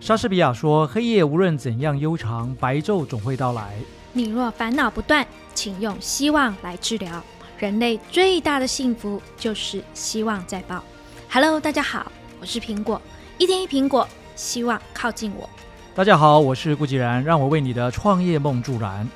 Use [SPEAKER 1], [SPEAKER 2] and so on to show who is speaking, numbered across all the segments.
[SPEAKER 1] 莎士比亚说：“黑夜无论怎样悠长，白昼总会到来。
[SPEAKER 2] 你若烦恼不断，请用希望来治疗。人类最大的幸福就是希望在爆。Hello，大家好，我是苹果，一天一苹果，希望靠近我。”
[SPEAKER 1] 大家好，我是顾吉然，让我为你的创业梦助燃。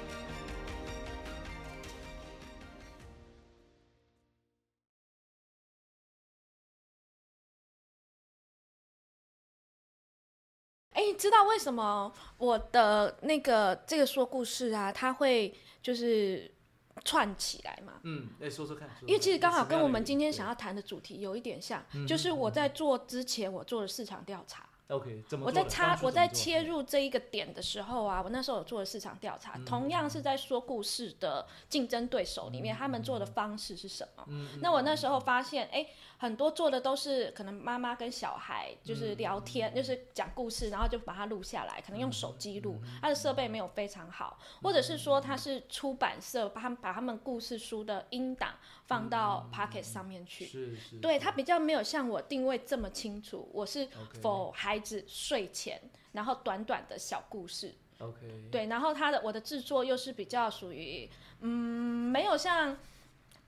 [SPEAKER 3] 哎，你知道为什么我的那个这个说故事啊，它会就是串起来嘛？
[SPEAKER 1] 嗯，哎，说说看，说说看
[SPEAKER 3] 因为其实刚好跟我们今天想要谈的主题有一点像，
[SPEAKER 1] 嗯
[SPEAKER 3] 就是我在做之前，我做了市场调查。
[SPEAKER 1] OK，怎么
[SPEAKER 3] 我
[SPEAKER 1] 做
[SPEAKER 3] 在
[SPEAKER 1] 的
[SPEAKER 3] 插，我在切。
[SPEAKER 1] 当初怎么做
[SPEAKER 3] 入这一个点的时候啊，我那时候有做了市场调查，
[SPEAKER 1] 嗯
[SPEAKER 3] 同样是在说故事的竞争对手里面，
[SPEAKER 1] 嗯
[SPEAKER 3] 他们做的方式是什么？那我那时候发现，哎，很多做的都是可能妈妈跟小孩就是
[SPEAKER 1] 嗯
[SPEAKER 3] 聊天，就是讲故事，然后就把它录下来，可能用手机
[SPEAKER 1] 嗯
[SPEAKER 3] 录，他的设备没有非常好，或者是说他是出版社把他们把他们故事书的音档
[SPEAKER 1] 嗯
[SPEAKER 3] 放到 Pocket 上面去，
[SPEAKER 1] 是是，
[SPEAKER 3] 对他比较没有像我定位这么清楚，我是
[SPEAKER 1] OK
[SPEAKER 3] 否孩子睡前，然后短短的小故事，
[SPEAKER 1] OK，
[SPEAKER 3] 对，然后他的我的制作又是比较属于，嗯，没有像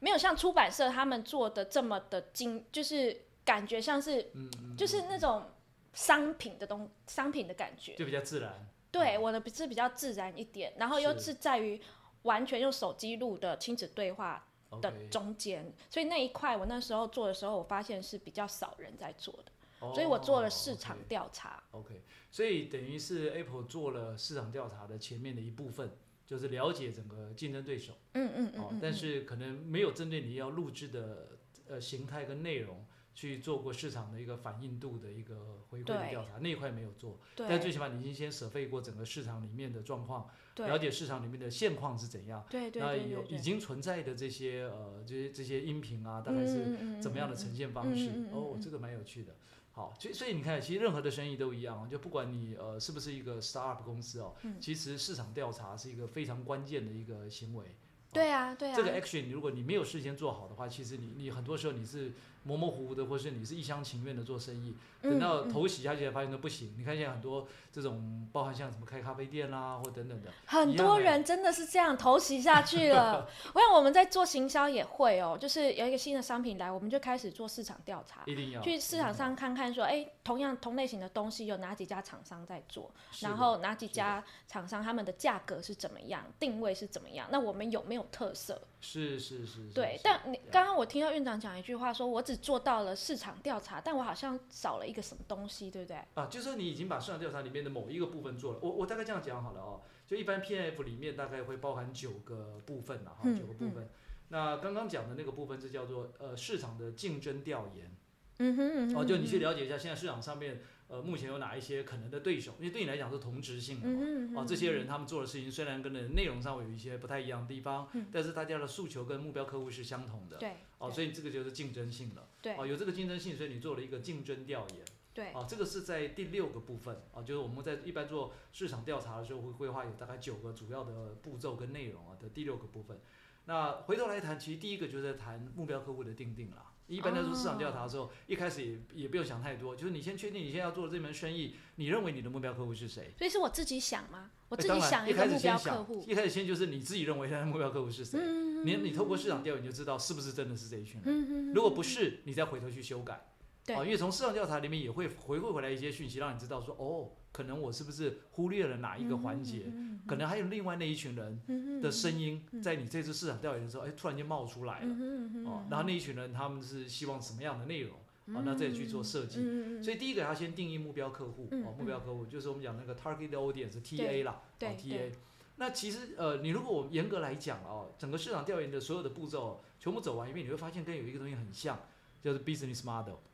[SPEAKER 3] 没有像出版社他们做的这么的精，就是感觉像是
[SPEAKER 1] 嗯，嗯
[SPEAKER 3] 就是那种商品的东商品的感觉，
[SPEAKER 1] 就比较自然。
[SPEAKER 3] 对，我的是比较自然一点，然后又
[SPEAKER 1] 是
[SPEAKER 3] 是在于完全用手机录的亲子对话的
[SPEAKER 1] OK，
[SPEAKER 3] 中间，所以那一块我那时候做的时候，我发现是比较少人在做的，
[SPEAKER 1] 哦
[SPEAKER 3] 所以我做了市场
[SPEAKER 1] OK
[SPEAKER 3] 调查。
[SPEAKER 1] OK，所哦以等于是 Apple 做了市场调查的前面的一部分，就是了解整个竞争对手
[SPEAKER 3] 嗯嗯嗯
[SPEAKER 1] 哦，
[SPEAKER 3] 嗯
[SPEAKER 1] 但
[SPEAKER 3] 嗯，
[SPEAKER 1] 是可能没有针对你要录制的呃形态跟内容去做过市场的一个反应度的一个回馈的
[SPEAKER 3] 对
[SPEAKER 1] 调查，那一块没有做，但最
[SPEAKER 3] 对
[SPEAKER 1] 起码你已经先舍费过整个市场里面的状况，了
[SPEAKER 3] 对
[SPEAKER 1] 解市场里面的现况是怎样，
[SPEAKER 3] 对对
[SPEAKER 1] 那
[SPEAKER 3] 对
[SPEAKER 1] 有
[SPEAKER 3] 对
[SPEAKER 1] 已
[SPEAKER 3] 对，
[SPEAKER 1] 经存在的这些呃这些这些音频啊，大概是
[SPEAKER 3] 是
[SPEAKER 1] 怎么样的呈现方式
[SPEAKER 3] 嗯嗯嗯嗯。嗯
[SPEAKER 1] 哦，
[SPEAKER 3] 嗯
[SPEAKER 1] 这个蛮有趣的。好，所以所以你看，其实任何的生意都一样，就不管你呃是不是一个 startup 公司哦，
[SPEAKER 3] 嗯
[SPEAKER 1] 其实市场调查是一个非常关键的一个行为。
[SPEAKER 3] 对啊对啊，
[SPEAKER 1] 这个 action，如果你没有事先做好的话，其实你你很多时候你是模模糊糊的，或是你是一厢情愿的做生意，等到
[SPEAKER 3] 嗯嗯
[SPEAKER 1] 头洗下去才发现都不行。你看现在很多这种，包含像什么开咖啡店啦，或等等的，一
[SPEAKER 3] 很
[SPEAKER 1] 样
[SPEAKER 3] 多
[SPEAKER 1] 欸
[SPEAKER 3] 人真的是这样投袭下去了。 我想我们在做行销也会哦，就是有一个新的商品来，我们就开始做市场调查。
[SPEAKER 1] 一定要
[SPEAKER 3] 去市场
[SPEAKER 1] 一
[SPEAKER 3] 上看看，说，哎，同样同类型的东西有哪几家厂商在做？
[SPEAKER 1] 定要，
[SPEAKER 3] 然后哪几
[SPEAKER 1] 是的
[SPEAKER 3] 家厂商他们的价格是怎么样，定位是怎么样？那我们有没有特色？
[SPEAKER 1] 是的是是是，是
[SPEAKER 3] 对，
[SPEAKER 1] 是
[SPEAKER 3] 但你
[SPEAKER 1] 对啊
[SPEAKER 3] 刚刚我听到院长讲一句话说我只做到了市场调查，但我好像少了一个什么东西，对不对？
[SPEAKER 1] 啊，就是说你已经把市场调查里面的某一个部分做了。我我大概这样讲好了哦，就一般 P N F 里面大概会包含九个部分啦，哈、
[SPEAKER 3] 嗯
[SPEAKER 1] 九个部分。那刚刚讲的那个部分是叫做呃市场的竞争调研，
[SPEAKER 3] 嗯哼嗯哼，
[SPEAKER 1] 哦，就你去
[SPEAKER 3] 嗯哼
[SPEAKER 1] 了解一下现在市场上面呃目前有哪一些可能的对手，因为对你来讲是同质性的嘛。
[SPEAKER 3] 嗯哼
[SPEAKER 1] 哦，这些人他们做的事情虽然跟人内容上会有一些不太一样的地方，
[SPEAKER 3] 嗯
[SPEAKER 1] 但是大家的诉求跟目标客户是相同的。
[SPEAKER 3] 对
[SPEAKER 1] 哦，所以这个就是竞争性了。
[SPEAKER 3] 对
[SPEAKER 1] 哦，有这个竞争性，所以你做了一个竞争调研。
[SPEAKER 3] 对
[SPEAKER 1] 啊，这个是在第六个部分啊，就是我们在一般做市场调查的时候会规划有大概九个主要的步骤跟内容啊的第六个部分。那回头来谈，其实第一个就是在谈目标客户的定定啦。一般在做市场调查的时候，一开始也也不用想太多，就是你先确定你现在要做的这门生意，你认为你的目标客户是谁？
[SPEAKER 3] 所以是我自己想吗？我
[SPEAKER 1] 那哎
[SPEAKER 3] 自
[SPEAKER 1] 当
[SPEAKER 3] 己
[SPEAKER 1] 然
[SPEAKER 3] 想
[SPEAKER 1] 一
[SPEAKER 3] 个
[SPEAKER 1] 开始
[SPEAKER 3] 目
[SPEAKER 1] 先
[SPEAKER 3] 标
[SPEAKER 1] 想
[SPEAKER 3] 客户，
[SPEAKER 1] 一开始先就是你自己认为他的目标客户是谁。
[SPEAKER 3] 嗯
[SPEAKER 1] 你你透过市场调研就知道是不是真的是这一群人。
[SPEAKER 3] 嗯
[SPEAKER 1] 如果不是，你再回头去修改。
[SPEAKER 3] 对
[SPEAKER 1] 啊，因为从市场调查里面也会回馈回来一些讯息，让你知道说，哦，可能我是不是忽略了哪一个环节，
[SPEAKER 3] 嗯
[SPEAKER 1] 可能还有另外那一群人
[SPEAKER 3] 能
[SPEAKER 1] 的声音
[SPEAKER 3] 嗯
[SPEAKER 1] 在你这次市场调研的时候，哎，突然间冒出来了。
[SPEAKER 3] 嗯
[SPEAKER 1] 哦，然后那一群人他们是希望什么样的内容？哦，那再去做设计。
[SPEAKER 3] 嗯
[SPEAKER 1] 所
[SPEAKER 3] 以
[SPEAKER 1] 以第一个要先定义目标客户
[SPEAKER 3] 嗯
[SPEAKER 1] 哦，
[SPEAKER 3] 嗯
[SPEAKER 1] 目标客户就是我们讲那个 target audience
[SPEAKER 3] 对
[SPEAKER 1] TA 啦，
[SPEAKER 3] 对
[SPEAKER 1] 哦 TA
[SPEAKER 3] 对。
[SPEAKER 1] 那其实呃，你如果我严格来讲哦，整个市场调研的所有的步骤哦全部走完一遍，你会发现跟有一个东西很像，叫做 business model。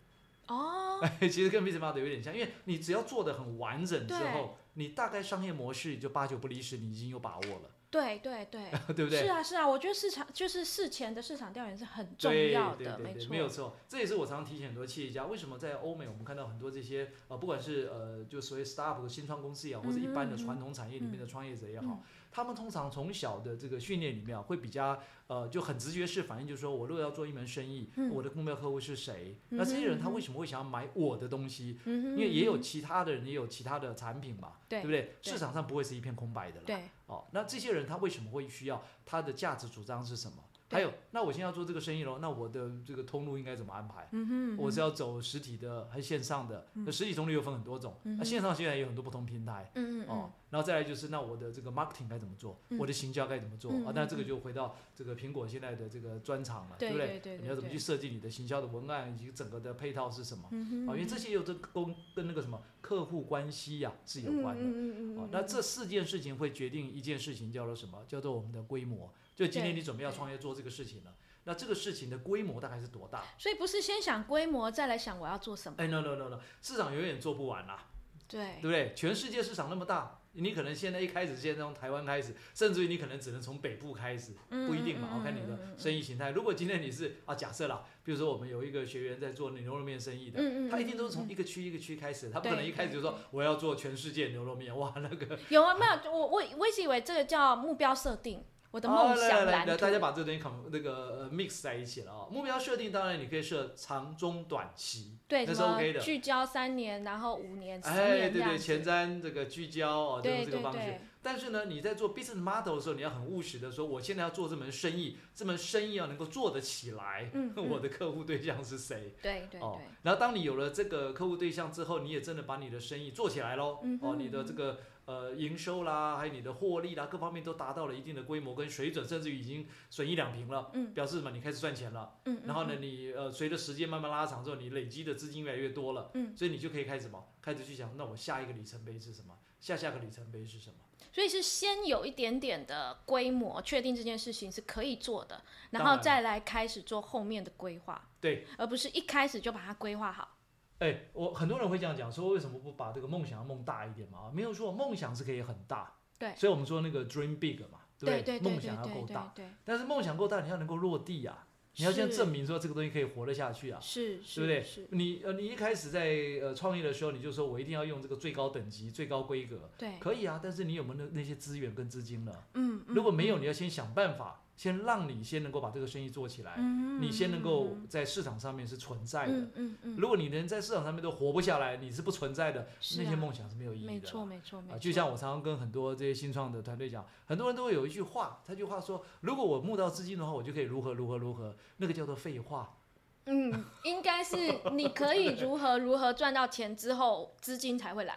[SPEAKER 3] 哦，
[SPEAKER 1] 其实跟 business model 有点像，因为你只要做的很完整之
[SPEAKER 3] 对
[SPEAKER 1] 后，你大概商业模式就八九不离十，你已经有把握了，
[SPEAKER 3] 对对对，
[SPEAKER 1] 对不对？
[SPEAKER 3] 是啊是啊，我觉得市场就是事前的市场调研是很重
[SPEAKER 1] 对
[SPEAKER 3] 要
[SPEAKER 1] 对
[SPEAKER 3] 的，
[SPEAKER 1] 对
[SPEAKER 3] 没
[SPEAKER 1] 对
[SPEAKER 3] 错，
[SPEAKER 1] 没有错。这也是我常提醒很多企业家，为什么在欧美我们看到很多这些呃，不管是呃，就所谓 startup 的新创公司也好，或者一般的
[SPEAKER 3] 嗯哼嗯哼
[SPEAKER 1] 传统产业里面的创业者也好，
[SPEAKER 3] 嗯
[SPEAKER 1] 他们通常从小的这个训练里面啊会比较呃，就很直觉式反应，就是说我如果要做一门生意，
[SPEAKER 3] 嗯
[SPEAKER 1] 我的目标客户是谁？
[SPEAKER 3] 嗯哼
[SPEAKER 1] 那这些人他为什么会想要买我的东西？
[SPEAKER 3] 嗯哼，
[SPEAKER 1] 因为也有其他的人，也有其他的产品嘛，
[SPEAKER 3] 对
[SPEAKER 1] 不对？
[SPEAKER 3] 对
[SPEAKER 1] 市场上不会是一片空白的啦。
[SPEAKER 3] 对，
[SPEAKER 1] 哦，那这些人他为什么会需要？他的价值主张是什么？
[SPEAKER 3] 对
[SPEAKER 1] 还有，那我现在要做这个生意喽，那我的这个通路应该怎么安排？
[SPEAKER 3] 嗯哼，
[SPEAKER 1] 我是
[SPEAKER 3] 要，
[SPEAKER 1] 要走实体的还是线上的？那实体通路又分很多种，
[SPEAKER 3] 嗯
[SPEAKER 1] 那
[SPEAKER 3] 哼
[SPEAKER 1] 线上现在有很多不同平台。
[SPEAKER 3] 嗯嗯
[SPEAKER 1] 哦
[SPEAKER 3] 嗯，，
[SPEAKER 1] 然后再来就是，那我的这个 marketing 该怎么做？
[SPEAKER 3] 嗯
[SPEAKER 1] 我的行销该怎么做、
[SPEAKER 3] 嗯
[SPEAKER 1] 啊
[SPEAKER 3] 嗯？
[SPEAKER 1] 那这个
[SPEAKER 3] 嗯
[SPEAKER 1] 就回到这个苹果现在的这个专场了，
[SPEAKER 3] 对
[SPEAKER 1] 不
[SPEAKER 3] 对对，
[SPEAKER 1] 你要怎么去
[SPEAKER 3] 对？
[SPEAKER 1] 设计你的行销的文案，以及整个的配套是什么？
[SPEAKER 3] 嗯哼，
[SPEAKER 1] 啊，因为这些又跟跟跟那个什么客户关系呀、是有关的。
[SPEAKER 3] 嗯嗯嗯嗯
[SPEAKER 1] 哦
[SPEAKER 3] 嗯，，
[SPEAKER 1] 那这四件事情会决定一件事情，叫做什么？叫做我们的规模。就今天
[SPEAKER 3] 对
[SPEAKER 1] 你准备要
[SPEAKER 3] 对
[SPEAKER 1] 创业做这个事情了，那这个事情的规模大概是多大？
[SPEAKER 3] 所以不是先想规模，再来想我要做什么，
[SPEAKER 1] 哎，no no no no，市场永远做不完啦，
[SPEAKER 3] 对
[SPEAKER 1] 对，不对？全世界市场那么大，你可能现在一开始先从台湾开始，甚至于你可能只能从北部开始，
[SPEAKER 3] 嗯
[SPEAKER 1] 不一定嘛。
[SPEAKER 3] 嗯
[SPEAKER 1] 我看
[SPEAKER 3] 嗯
[SPEAKER 1] 你
[SPEAKER 3] 嗯嗯
[SPEAKER 1] 的生意形态。如果今天你是啊，假设啦，比如说我们有一个学员在做牛肉面生意的，
[SPEAKER 3] 嗯嗯，
[SPEAKER 1] 他一定都是
[SPEAKER 3] 嗯
[SPEAKER 1] 从
[SPEAKER 3] 嗯
[SPEAKER 1] 一个区一个区开始，他不
[SPEAKER 3] 对
[SPEAKER 1] 可能一开始就说我要做全世界牛肉面，哇，那个
[SPEAKER 3] 有啊，没有，我我我一直以为这个叫目标设定，我的梦
[SPEAKER 1] 哦、来来
[SPEAKER 3] 想
[SPEAKER 1] 来
[SPEAKER 3] 蓝
[SPEAKER 1] 来，
[SPEAKER 3] 图，
[SPEAKER 1] 大家把这个东西 com 那个呃 mix 在一起了啊、目标设定当然你可以设长、中、短期，
[SPEAKER 3] 对
[SPEAKER 1] 那
[SPEAKER 3] 什
[SPEAKER 1] 是 OK
[SPEAKER 3] 么
[SPEAKER 1] 的
[SPEAKER 3] 聚焦三年，然后五年、十
[SPEAKER 1] 哎，
[SPEAKER 3] 年这
[SPEAKER 1] 对
[SPEAKER 3] 样
[SPEAKER 1] 对，
[SPEAKER 3] 子
[SPEAKER 1] 前瞻这个聚焦哦，就
[SPEAKER 3] 对
[SPEAKER 1] 是这
[SPEAKER 3] 对
[SPEAKER 1] 个方式。
[SPEAKER 3] 对，
[SPEAKER 1] 但是呢，你在做 business model 的时候，你要很务实的说，我现在要做这门生意，这门生意要能够做得起来，
[SPEAKER 3] 嗯嗯
[SPEAKER 1] 我的客户对象是谁？
[SPEAKER 3] 对对
[SPEAKER 1] 哦
[SPEAKER 3] 对，，
[SPEAKER 1] 然后当你有了这个客户对象之后，你也真的把你的生意做起来喽。
[SPEAKER 3] 嗯哼
[SPEAKER 1] 哦，你的这个呃营收啦，还有你的获利啦，各方面都达到了一定的规模跟水准，甚至于已经损益两平了，
[SPEAKER 3] 嗯
[SPEAKER 1] 表示什么？你开始赚钱了。
[SPEAKER 3] 嗯，
[SPEAKER 1] 然后呢，
[SPEAKER 3] 嗯？
[SPEAKER 1] 你呃随着时间慢慢拉长之后，你累积的资金越来越多了，
[SPEAKER 3] 嗯
[SPEAKER 1] 所以你就可以开始什么？开始去想，那我下一个里程碑是什么？下下个里程碑是什么？
[SPEAKER 3] 所以是先有一点点的规模，确定这件事情是可以做的，然
[SPEAKER 1] 当
[SPEAKER 3] 后
[SPEAKER 1] 然
[SPEAKER 3] 再来开始做后面的规划，
[SPEAKER 1] 对，
[SPEAKER 3] 而不是一开始就把它规划好。
[SPEAKER 1] 哎，我很多人会这样讲，说为什么不把这个梦想梦大一点嘛？啊没有错，梦想是可以很大，
[SPEAKER 3] 对
[SPEAKER 1] 所以我们说那个 dream big 嘛，
[SPEAKER 3] 对
[SPEAKER 1] 不对？
[SPEAKER 3] 对对
[SPEAKER 1] 梦
[SPEAKER 3] 对
[SPEAKER 1] 想要
[SPEAKER 3] 对
[SPEAKER 1] 够
[SPEAKER 3] 对
[SPEAKER 1] 大，
[SPEAKER 3] 对，
[SPEAKER 1] 但是梦想够大，你要能够落地啊，你要先
[SPEAKER 3] 是
[SPEAKER 1] 证明说这个东西可以活得下去啊，
[SPEAKER 3] 是
[SPEAKER 1] 对不
[SPEAKER 3] 是
[SPEAKER 1] 对
[SPEAKER 3] 是，？
[SPEAKER 1] 你呃，你一开始在呃创业的时候，你就说我一定要用这个最高等级、最高规格，
[SPEAKER 3] 对，
[SPEAKER 1] 可以啊，但是你有没有那那些资源跟资金呢？
[SPEAKER 3] 嗯，
[SPEAKER 1] 如果没有，
[SPEAKER 3] 嗯
[SPEAKER 1] 你要先想办法，先让你先能够把这个生意做起来，
[SPEAKER 3] 嗯
[SPEAKER 1] 你先能够
[SPEAKER 3] 嗯
[SPEAKER 1] 在市场上面是存在的。
[SPEAKER 3] 嗯嗯嗯，
[SPEAKER 1] 如果你连在市场上面都活不下来，你是不存在的，
[SPEAKER 3] 是
[SPEAKER 1] 那些
[SPEAKER 3] 啊
[SPEAKER 1] 梦想是没有意义的啦。
[SPEAKER 3] 没错没错没
[SPEAKER 1] 啊，
[SPEAKER 3] 错，
[SPEAKER 1] 就像我常常跟很多这些新创的团队讲，很多人都会有一句话，他句话说，如果我募到资金的话，我就可以如何如何如何，那个叫做废话。
[SPEAKER 3] 嗯，应该是你可以如何如何赚到钱之后，资金才会来，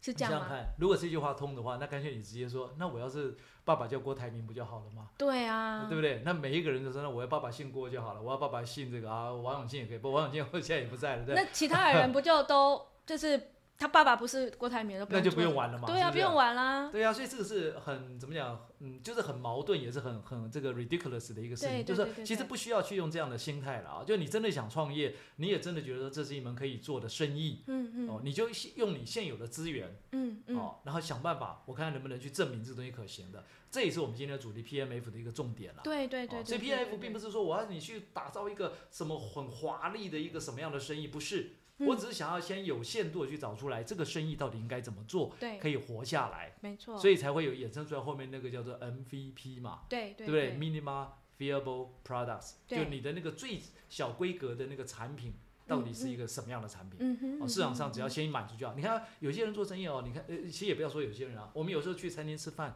[SPEAKER 3] 是
[SPEAKER 1] 你
[SPEAKER 3] 这
[SPEAKER 1] 想
[SPEAKER 3] 样
[SPEAKER 1] 想
[SPEAKER 3] 吗？
[SPEAKER 1] 看，如果这句话通的话，那干脆你直接说，那我要是爸爸叫郭台铭不就好了吗？
[SPEAKER 3] 对啊，
[SPEAKER 1] 对不对？那每一个人都说，那我要爸爸姓郭就好了，我要爸爸姓这个啊，王永庆也可以，不，王永庆现在也不在了，对不对，
[SPEAKER 3] 那其他的人不就都就是他爸爸不是郭台铭，都不
[SPEAKER 1] 那就
[SPEAKER 3] 做
[SPEAKER 1] 不用玩了嘛，
[SPEAKER 3] 对啊，
[SPEAKER 1] 是
[SPEAKER 3] 不
[SPEAKER 1] 是
[SPEAKER 3] 用。玩啦。
[SPEAKER 1] 对啊，所以这个是很怎么讲，嗯，就是很矛盾，也是很很这个 ridiculous 的一个事情，
[SPEAKER 3] 对对
[SPEAKER 1] 就是
[SPEAKER 3] 对对
[SPEAKER 1] 说其实
[SPEAKER 3] 对
[SPEAKER 1] 不需要去用这样的心态了啊。就你真的想创业，你也真的觉得说这是一门可以做的生意
[SPEAKER 3] 嗯
[SPEAKER 1] 哦
[SPEAKER 3] 嗯，
[SPEAKER 1] 你就用你现有的资源
[SPEAKER 3] 嗯嗯，
[SPEAKER 1] 哦，然后想办法，我看看能不能去证明这东西可行的。这也是我们今天的主题 PMF 的一个重点了。
[SPEAKER 3] 对对
[SPEAKER 1] 哦
[SPEAKER 3] 对对。
[SPEAKER 1] 所以
[SPEAKER 3] 对对
[SPEAKER 1] PMF 并不
[SPEAKER 3] 对
[SPEAKER 1] 是说我要你去打造一个什么很华丽的一个什么样的生意，不是，
[SPEAKER 3] 嗯
[SPEAKER 1] 我只是想要先有限度的去找出来这个生意到底应该怎么做，可
[SPEAKER 3] 对，
[SPEAKER 1] 以活下来。
[SPEAKER 3] 没错。
[SPEAKER 1] 所
[SPEAKER 3] 以
[SPEAKER 1] 以才会有衍生出来后面那个叫做 MVP 嘛，
[SPEAKER 3] 对对
[SPEAKER 1] 不对 m i n i m a Viable Products，
[SPEAKER 3] 对
[SPEAKER 1] 就你的那个最小规格的那个产品到底是一个什么样的产品？
[SPEAKER 3] 嗯哼，
[SPEAKER 1] 哦，
[SPEAKER 3] 嗯
[SPEAKER 1] 市场上只要
[SPEAKER 3] 哼
[SPEAKER 1] 先满足就好。你看有些人做生意哦，你看，呃，其实也不要说有些人啊，我们有时候去餐厅吃饭，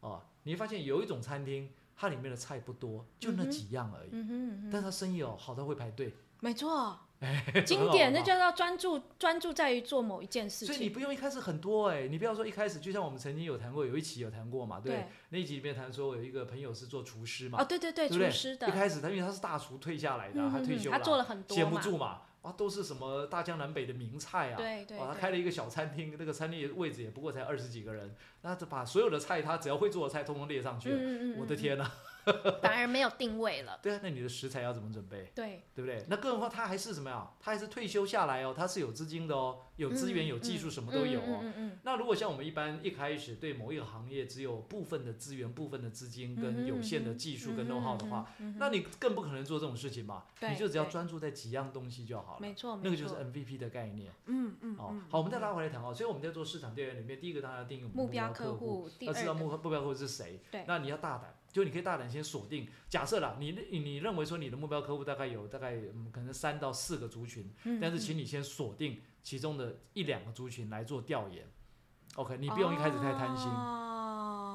[SPEAKER 1] 哦，你会发现有一种餐厅它里面的菜不多，就那
[SPEAKER 3] 嗯哼
[SPEAKER 1] 几样而已，
[SPEAKER 3] 嗯哼嗯
[SPEAKER 1] 但
[SPEAKER 3] 哼，
[SPEAKER 1] 它生意哦好到会排队，
[SPEAKER 3] 没错。
[SPEAKER 1] 很
[SPEAKER 3] 经
[SPEAKER 1] 好玩
[SPEAKER 3] 典，那
[SPEAKER 1] 嘛
[SPEAKER 3] 叫做专注，专注在于做某一件事
[SPEAKER 1] 所以你
[SPEAKER 3] 情。
[SPEAKER 1] 不用一开始很多哎、你不要说一开始，就像我们曾经有谈过，有一期有谈过嘛，对不
[SPEAKER 3] 对
[SPEAKER 1] 对，，那一集里面谈说我有一个朋友是做厨师嘛
[SPEAKER 3] 哦，，对对对，
[SPEAKER 1] 对不对
[SPEAKER 3] 厨师的
[SPEAKER 1] 一，开始他因为他是大厨退下来的啊、
[SPEAKER 3] 嗯
[SPEAKER 1] 他
[SPEAKER 3] 嗯
[SPEAKER 1] 退
[SPEAKER 3] 嗯
[SPEAKER 1] 休了
[SPEAKER 3] 他
[SPEAKER 1] 啊，
[SPEAKER 3] 做了很多
[SPEAKER 1] 闲不
[SPEAKER 3] 嘛，
[SPEAKER 1] 住嘛，啊，都是什么大江南北的名菜啊。
[SPEAKER 3] 对对，
[SPEAKER 1] 哇，他
[SPEAKER 3] 对
[SPEAKER 1] 开了一个小餐厅，那个餐厅位置也不过才二十几个人，那他把所有的菜，他只要会做的菜，通通列上去了。
[SPEAKER 3] 嗯嗯嗯，
[SPEAKER 1] 我的
[SPEAKER 3] 嗯，
[SPEAKER 1] 天呐、啊！
[SPEAKER 3] 反而没有定位了。
[SPEAKER 1] 对啊，那你的食材要怎么准备，
[SPEAKER 3] 对，
[SPEAKER 1] 对不对？那更何况他还是什么呀？他还是退休下来哦，他是有资金的哦，有资源、
[SPEAKER 3] 嗯
[SPEAKER 1] 有技术，
[SPEAKER 3] 嗯
[SPEAKER 1] 什么都有哦。
[SPEAKER 3] 嗯嗯嗯
[SPEAKER 1] 那如果像我们一般一开始对某一个行业只有部分的资源、部分的资金
[SPEAKER 3] 嗯
[SPEAKER 1] 跟
[SPEAKER 3] 哼
[SPEAKER 1] 有限的
[SPEAKER 3] 嗯哼
[SPEAKER 1] 技术跟 know how 的话，，
[SPEAKER 3] 嗯嗯嗯嗯
[SPEAKER 1] 那你更不可能做这种事情嘛。
[SPEAKER 3] 对
[SPEAKER 1] 你就只要
[SPEAKER 3] 对
[SPEAKER 1] 专注在几样东西就好了
[SPEAKER 3] 没。错，
[SPEAKER 1] 那
[SPEAKER 3] 没
[SPEAKER 1] 个就是
[SPEAKER 3] 错，
[SPEAKER 1] MVP 的概念
[SPEAKER 3] 嗯嗯，
[SPEAKER 1] 哦
[SPEAKER 3] 嗯。
[SPEAKER 1] 好，我们再拉回来谈哦。所以我们在做市场调研里面，第一个当然要定义我们
[SPEAKER 3] 目
[SPEAKER 1] 目标
[SPEAKER 3] 客
[SPEAKER 1] 户，呃
[SPEAKER 3] 第
[SPEAKER 1] 要
[SPEAKER 3] 二
[SPEAKER 1] 知道
[SPEAKER 3] 个
[SPEAKER 1] 目目标客户是谁
[SPEAKER 3] 对。
[SPEAKER 1] 那你要大胆，就你可以大胆先锁定，假设啦，你你你认为说你的目标客户大概有大概嗯可能三到四个族群，
[SPEAKER 3] 嗯
[SPEAKER 1] 但是
[SPEAKER 3] 嗯
[SPEAKER 1] 请你先锁定其中的一两个族群来做调研。OK，你不用一开始太贪心哦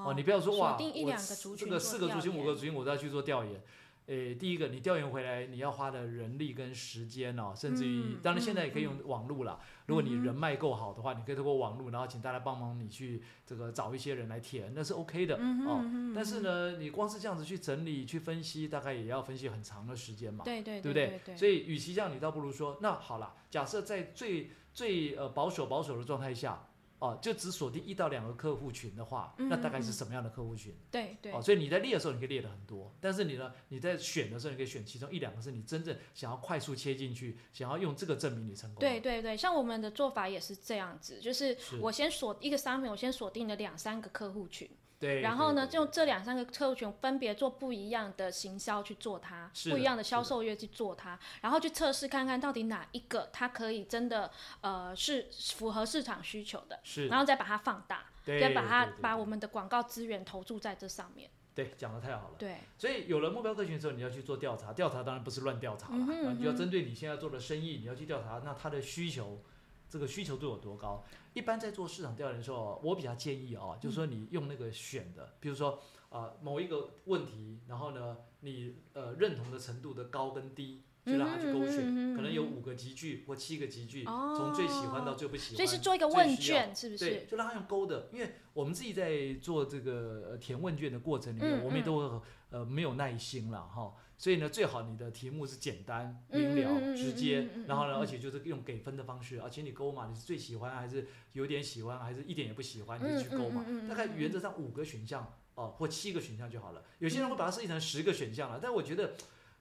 [SPEAKER 3] 哦
[SPEAKER 1] 你不要说
[SPEAKER 3] 锁
[SPEAKER 1] 哇，
[SPEAKER 3] 定一
[SPEAKER 1] 我
[SPEAKER 3] 两个族
[SPEAKER 1] 这
[SPEAKER 3] 群
[SPEAKER 1] 个
[SPEAKER 3] 做
[SPEAKER 1] 四个族
[SPEAKER 3] 调
[SPEAKER 1] 群五个
[SPEAKER 3] 研
[SPEAKER 1] 族群我都要去做调研。诶，第一个你调研回来你要花的人力跟时间哦，甚至于、
[SPEAKER 3] 嗯
[SPEAKER 1] 当然现
[SPEAKER 3] 嗯
[SPEAKER 1] 在也可以用网络啦，如果你人脉够好的话，你可以通过网络，然后请大家帮忙你去这个找一些人来填，那是 OK 的、
[SPEAKER 3] 嗯哼
[SPEAKER 1] 哦。
[SPEAKER 3] 嗯哼
[SPEAKER 1] 但是呢，你光是这样子去整理、去分析，大概也要分析很长的时间嘛，
[SPEAKER 3] 对对
[SPEAKER 1] 不
[SPEAKER 3] 对
[SPEAKER 1] 所以，与其这样，你倒不如说，那好啦，假设在最最呃保守保守的状态下，哦、就只锁定一到两个客户群的话，那大概
[SPEAKER 3] 嗯嗯
[SPEAKER 1] 是
[SPEAKER 3] 嗯
[SPEAKER 1] 什么样的客户群？
[SPEAKER 3] 对对
[SPEAKER 1] 哦，所以你在列的时候，你可以列的很多，但是你呢，你在选的时候，你可以选其中一两个是你真正想要快速切进去，想要用这个证明你成功的。
[SPEAKER 3] 对对对，像我们的做法也是这样子，就是
[SPEAKER 1] 是
[SPEAKER 3] 我先锁一个商品，我先锁定了两三个客户群，
[SPEAKER 1] 对，
[SPEAKER 3] 然后呢，
[SPEAKER 1] 对对
[SPEAKER 3] 就这两三个客户群分别做不一样的行销去做它，
[SPEAKER 1] 是的
[SPEAKER 3] 不一样的
[SPEAKER 1] 是
[SPEAKER 3] 销
[SPEAKER 1] 的
[SPEAKER 3] 售月去做它，然后去测试看看到底哪一个它可以真的呃是符合市场需求的，
[SPEAKER 1] 是，
[SPEAKER 3] 然后再把它放大，
[SPEAKER 1] 对
[SPEAKER 3] 再把
[SPEAKER 1] 对
[SPEAKER 3] 它
[SPEAKER 1] 对对
[SPEAKER 3] 把我们的广告资源投注在这上面。
[SPEAKER 1] 对讲的太好了。
[SPEAKER 3] 对，
[SPEAKER 1] 所以有了目标客群之后，你要去做调查，调查当然不是乱调查了，
[SPEAKER 3] 嗯哼
[SPEAKER 1] 然后你就要
[SPEAKER 3] 嗯哼
[SPEAKER 1] 针对你现在做的生意，你要去调查，那它的需求，这个需求度有多高？一般在做市场调研的时候，我比较建议啊，就是说你用那个选的，比如说啊、呃某一个问题，然后呢，你呃认同的程度的高跟低，就让他去勾选，
[SPEAKER 3] 嗯哼嗯哼嗯哼
[SPEAKER 1] 可能有五个集句或七个集句，
[SPEAKER 3] 哦
[SPEAKER 1] 从最喜欢到最不喜欢，
[SPEAKER 3] 所以是做一个
[SPEAKER 1] 最
[SPEAKER 3] 问
[SPEAKER 1] 需要
[SPEAKER 3] 卷，是不
[SPEAKER 1] 对，
[SPEAKER 3] 是？
[SPEAKER 1] 就让他用勾的，因为我们自己在做这个呃填问卷的过程里面，
[SPEAKER 3] 嗯
[SPEAKER 1] 我们也都会呃没有耐心了哈，所以呢，最好你的题目是简单、明了、
[SPEAKER 3] 嗯嗯嗯嗯
[SPEAKER 1] 直接
[SPEAKER 3] 嗯嗯嗯，
[SPEAKER 1] 然后呢，
[SPEAKER 3] 嗯
[SPEAKER 1] 而且就是用给分的方式啊，请你勾嘛，你是最喜欢还是有点喜欢，还是一点也不喜欢，你就去勾嘛
[SPEAKER 3] 嗯嗯嗯嗯嗯。
[SPEAKER 1] 大概原则上五个选项哦、或七个选项就好了。有些人会把它设计成十个选项了，但我觉得。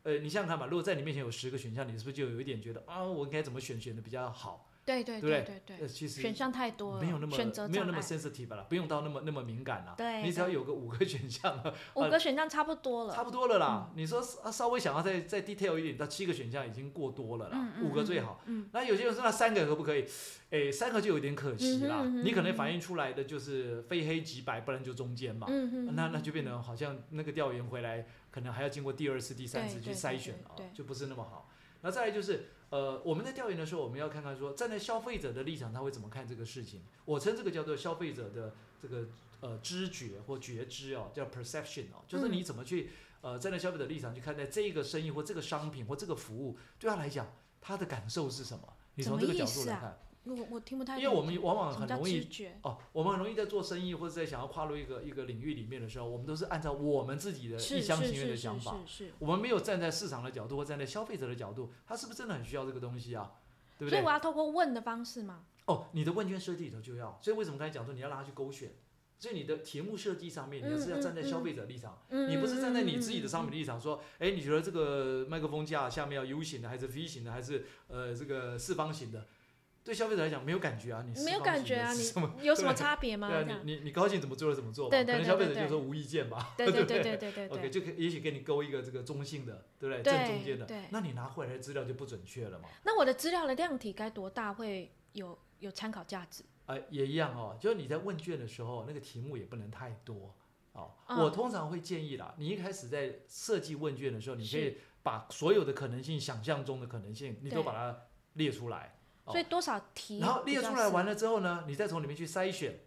[SPEAKER 1] 呃，你想想看吧，如果在你面前有十个选项，你是不是就有一点觉得啊，我应该怎么选选的比较好？
[SPEAKER 3] 对对
[SPEAKER 1] 对不
[SPEAKER 3] 对对
[SPEAKER 1] 呃，，其实
[SPEAKER 3] 选项太多了，
[SPEAKER 1] 没有那么
[SPEAKER 3] 选择
[SPEAKER 1] 没有
[SPEAKER 3] 障
[SPEAKER 1] 那么
[SPEAKER 3] 碍。
[SPEAKER 1] sensitive 了，不用到那么那么敏感了。
[SPEAKER 3] 对
[SPEAKER 1] 你只要
[SPEAKER 3] 对
[SPEAKER 1] 有个五个选项，
[SPEAKER 3] 五
[SPEAKER 1] 呃
[SPEAKER 3] 个选项差不多了。
[SPEAKER 1] 差不多了
[SPEAKER 3] 嗯
[SPEAKER 1] 啦。你说啊稍微想要再再 detail 一点，到七个选项已经过多了啦
[SPEAKER 3] 嗯，嗯
[SPEAKER 1] 五个最好。
[SPEAKER 3] 嗯
[SPEAKER 1] 那有些人说那三个可不可以？诶，三个就有点可惜啦。
[SPEAKER 3] 嗯哼嗯哼
[SPEAKER 1] 你可能反映出来的就是非黑即白，不然就中间嘛。
[SPEAKER 3] 嗯嗯，
[SPEAKER 1] 那
[SPEAKER 3] 嗯
[SPEAKER 1] 那就变成好像那个调研回来，可能还要经过第二次、第三次
[SPEAKER 3] 对
[SPEAKER 1] 去
[SPEAKER 3] 对
[SPEAKER 1] 筛
[SPEAKER 3] 对
[SPEAKER 1] 选
[SPEAKER 3] 对
[SPEAKER 1] 啊
[SPEAKER 3] 对，
[SPEAKER 1] 就不是那么好。那再来就是，呃，我们在调研的时候，我们要看看说，站在消费者的立场，他会怎么看这个事情。我称这个叫做消费者的这个呃知觉或觉知哦，叫 perception 哦，就是
[SPEAKER 3] 嗯
[SPEAKER 1] 你怎么去、呃站在消费者立场去看待这个生意或这个商品或这个服务，对他来讲，他的感受是什么？你
[SPEAKER 3] 什
[SPEAKER 1] 从
[SPEAKER 3] 么
[SPEAKER 1] 这个
[SPEAKER 3] 意
[SPEAKER 1] 角度
[SPEAKER 3] 思
[SPEAKER 1] 来
[SPEAKER 3] 啊
[SPEAKER 1] 看，
[SPEAKER 3] 我我听不太懂。
[SPEAKER 1] 因为我们往往
[SPEAKER 3] 什么
[SPEAKER 1] 很
[SPEAKER 3] 叫
[SPEAKER 1] 容易
[SPEAKER 3] 直觉？
[SPEAKER 1] 哦，我们很容易在做生意或者在想要跨入一个一个领域里面的时候，我们都是按照我们自己的
[SPEAKER 3] 是
[SPEAKER 1] 一厢
[SPEAKER 3] 是
[SPEAKER 1] 情愿的
[SPEAKER 3] 是
[SPEAKER 1] 想
[SPEAKER 3] 是
[SPEAKER 1] 法，
[SPEAKER 3] 是是。
[SPEAKER 1] 我们没有站在市场的角度或站在消费者的角度，他是不是真的很需要这个东西啊？对不
[SPEAKER 3] 所以
[SPEAKER 1] 对
[SPEAKER 3] 我？要透过问的方式嘛。
[SPEAKER 1] 哦，你的问卷设计里头就要，所以为什么刚才讲说你要让他去勾选？所以你的题目设计上面，你要
[SPEAKER 3] 嗯
[SPEAKER 1] 是要站在消费者立场，你不是站在你自己的商品立场说，哎，你觉得这个麦克风架下面要 U 型的，还是 V 型的，还是呃这个四方形的？对消费者来讲没有感觉啊，你四
[SPEAKER 3] 没有
[SPEAKER 1] 方
[SPEAKER 3] 感
[SPEAKER 1] 形
[SPEAKER 3] 觉
[SPEAKER 1] 的
[SPEAKER 3] 啊，
[SPEAKER 1] 是
[SPEAKER 3] 你
[SPEAKER 1] 什么
[SPEAKER 3] 有什么
[SPEAKER 1] 对
[SPEAKER 3] 差别吗？
[SPEAKER 1] 对
[SPEAKER 3] 这
[SPEAKER 1] 啊
[SPEAKER 3] 样，
[SPEAKER 1] 你你你高兴怎么做就怎么做吧，
[SPEAKER 3] 对对
[SPEAKER 1] 可能
[SPEAKER 3] 对
[SPEAKER 1] 消费
[SPEAKER 3] 对
[SPEAKER 1] 者就
[SPEAKER 3] 对
[SPEAKER 1] 说无意见吧，
[SPEAKER 3] 对对
[SPEAKER 1] 不对
[SPEAKER 3] 对对对
[SPEAKER 1] OK，
[SPEAKER 3] 对对。
[SPEAKER 1] 就可也许给你勾一个这个中性的，对不对？
[SPEAKER 3] 对
[SPEAKER 1] 正中间的
[SPEAKER 3] 对，
[SPEAKER 1] 那你拿回来的资料就不准确了嘛。
[SPEAKER 3] 那我的资料的量体该多大会有有参考价值？
[SPEAKER 1] 啊、也一样哦，就是你在问卷的时候，那个题目也不能太多哦。
[SPEAKER 3] 嗯
[SPEAKER 1] 我通常会建议啦，你一开始在设计问卷的时候，你可
[SPEAKER 3] 是
[SPEAKER 1] 以把所有的可能性、想象中的可能性，你都
[SPEAKER 3] 对
[SPEAKER 1] 把它列出来，哦
[SPEAKER 3] 所以多少题？
[SPEAKER 1] 然后列出来完，了之后呢，你再从里面去筛选。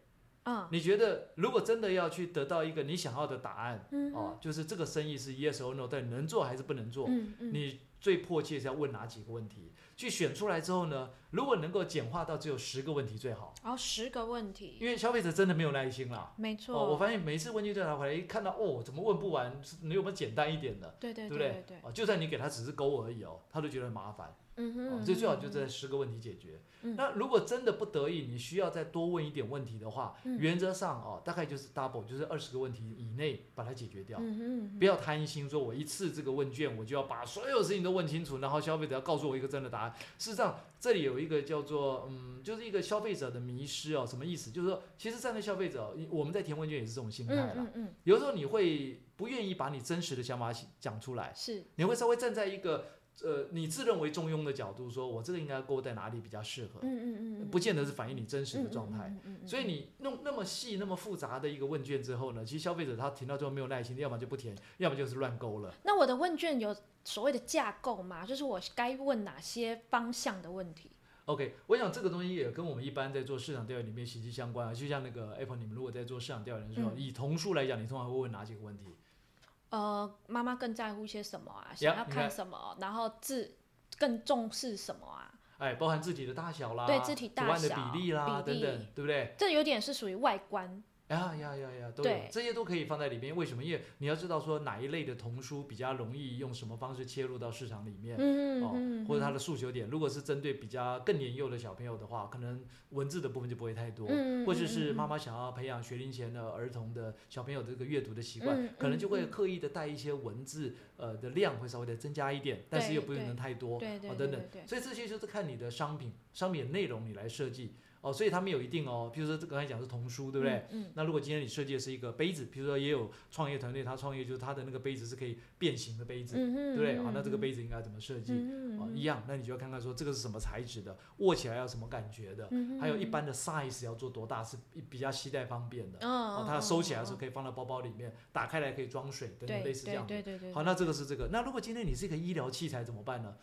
[SPEAKER 3] 嗯
[SPEAKER 1] 你觉得如果真的要去得到一个你想要的答案，
[SPEAKER 3] 嗯哼
[SPEAKER 1] 哦，就是这个生意是 yes or no，但能做还是不能做，
[SPEAKER 3] 嗯嗯，
[SPEAKER 1] 你最迫切是要问哪几个问题？去选出来之后呢，如果能够简化到只有十个问题最好，
[SPEAKER 3] 然后哦十个问题，
[SPEAKER 1] 因为消费者真的没有耐心啦。
[SPEAKER 3] 没
[SPEAKER 1] 哦，我
[SPEAKER 3] 错，
[SPEAKER 1] 发现每一次问卷调查回来，一看到哦，怎么问不完？你有没有简单一点的？
[SPEAKER 3] 对
[SPEAKER 1] 对
[SPEAKER 3] 对
[SPEAKER 1] 不
[SPEAKER 3] 对对，
[SPEAKER 1] 哦，就算你给他只是勾而已哦，他都觉得很麻烦。
[SPEAKER 3] 嗯哼，嗯
[SPEAKER 1] 哦，
[SPEAKER 3] 哼
[SPEAKER 1] 所以最好就这十个问题解决。
[SPEAKER 3] 嗯
[SPEAKER 1] 那如果真的不得已，你需要再多问一点问题的话，
[SPEAKER 3] 嗯
[SPEAKER 1] 原则上哦，大概就是 double，就是二十个问题以内把它解决掉。
[SPEAKER 3] 嗯哼嗯哼
[SPEAKER 1] 啊不要贪心，说我一次这个问卷我就要把所有事情都问清楚，然后消费者要告诉我一个真的答案。事实上，这里有一个叫做嗯，就是一个消费者的迷失哦，什么意思？就是说，其实站在消费者，我们在填问卷也是这种心态
[SPEAKER 3] 嗯
[SPEAKER 1] 啦。
[SPEAKER 3] 嗯嗯，
[SPEAKER 1] 有时候你会不愿意把你真实的想法讲出来，
[SPEAKER 3] 是
[SPEAKER 1] 你会稍微站在一个呃你自认为中庸的角度说，我这个应该勾在哪里比较适合，
[SPEAKER 3] 嗯嗯嗯，
[SPEAKER 1] 不见得是反映你真实的状态。
[SPEAKER 3] 嗯，嗯嗯嗯嗯
[SPEAKER 1] 所以你弄那么细、那么复杂的一个问卷之后呢，其实消费者他填到最后没有耐心，要么就不填， 要么就是乱勾了。
[SPEAKER 3] 那我的问卷有所谓的架构吗？就是我该问哪些方向的问题？
[SPEAKER 1] OK，我想这个东西也跟我们一般在做市场调研里面息息相关啊。就像那个 Apple，你们如果在做市场调研的时候，
[SPEAKER 3] 嗯
[SPEAKER 1] 以同数来讲，你通常会问哪几个问题？
[SPEAKER 3] 呃，妈妈更在乎些什么啊？想要
[SPEAKER 1] 你
[SPEAKER 3] 看
[SPEAKER 1] 看
[SPEAKER 3] 什么？然后字更重视什么啊？
[SPEAKER 1] 哎，包含字体的大小啦，
[SPEAKER 3] 对字体大
[SPEAKER 1] 图案的
[SPEAKER 3] 小
[SPEAKER 1] 比例啦
[SPEAKER 3] 比
[SPEAKER 1] 等
[SPEAKER 3] 例
[SPEAKER 1] 等，对不对？
[SPEAKER 3] 这有点是属于外观。
[SPEAKER 1] 呀呀呀呀，都有
[SPEAKER 3] 对
[SPEAKER 1] 这些都可以放在里面。为什么？因为你要知道说哪一类的童书比较容易用什么方式切入到市场里面。
[SPEAKER 3] 嗯
[SPEAKER 1] 哦
[SPEAKER 3] 嗯，
[SPEAKER 1] 或者它
[SPEAKER 3] 的
[SPEAKER 1] 的诉求点，如果是针对比较更年幼的小朋友的话，可能文字的部分就不会太多，
[SPEAKER 3] 嗯
[SPEAKER 1] 或者是妈
[SPEAKER 3] 妈
[SPEAKER 1] 妈想要培养学龄前的儿童的小朋友的这个阅读的习惯，
[SPEAKER 3] 嗯
[SPEAKER 1] 可能
[SPEAKER 3] 嗯
[SPEAKER 1] 就会
[SPEAKER 3] 嗯
[SPEAKER 1] 刻意的带一些文字，呃的量会稍微的增加一点，但是
[SPEAKER 3] 对
[SPEAKER 1] 又不
[SPEAKER 3] 对
[SPEAKER 1] 能太多，
[SPEAKER 3] 对对
[SPEAKER 1] 哦
[SPEAKER 3] 对
[SPEAKER 1] 等
[SPEAKER 3] 对
[SPEAKER 1] 等
[SPEAKER 3] 对，，
[SPEAKER 1] 所以这些就是看你的商品、商品的内容你来设计哦，所以他们有一定哦，譬如说这刚才讲是童书，对不对？
[SPEAKER 3] 嗯？
[SPEAKER 1] 那如果今天你设计的是一个杯子，比如说也有创业团队，他创业就是他的那个杯子是可以变形的杯子，
[SPEAKER 3] 嗯
[SPEAKER 1] 对
[SPEAKER 3] 嗯，
[SPEAKER 1] 不对？哦好，那这个杯子应该怎么设计？
[SPEAKER 3] 嗯
[SPEAKER 1] 哦，一，样，那你就要看看说这个是什么材质的，握起来要什么感觉的，
[SPEAKER 3] 嗯
[SPEAKER 1] 还有一般的 size 要做多大是比比较携带方便的。
[SPEAKER 3] 哦
[SPEAKER 1] 哦，它收起来的时候
[SPEAKER 3] 哦
[SPEAKER 1] 可以放到包包里面，打开来可以装水等
[SPEAKER 3] 对
[SPEAKER 1] 等类似这样
[SPEAKER 3] 对
[SPEAKER 1] 的。
[SPEAKER 3] 对对对，
[SPEAKER 1] 好，那这个是这个。那如果今天你是一个医疗器材怎么办呢？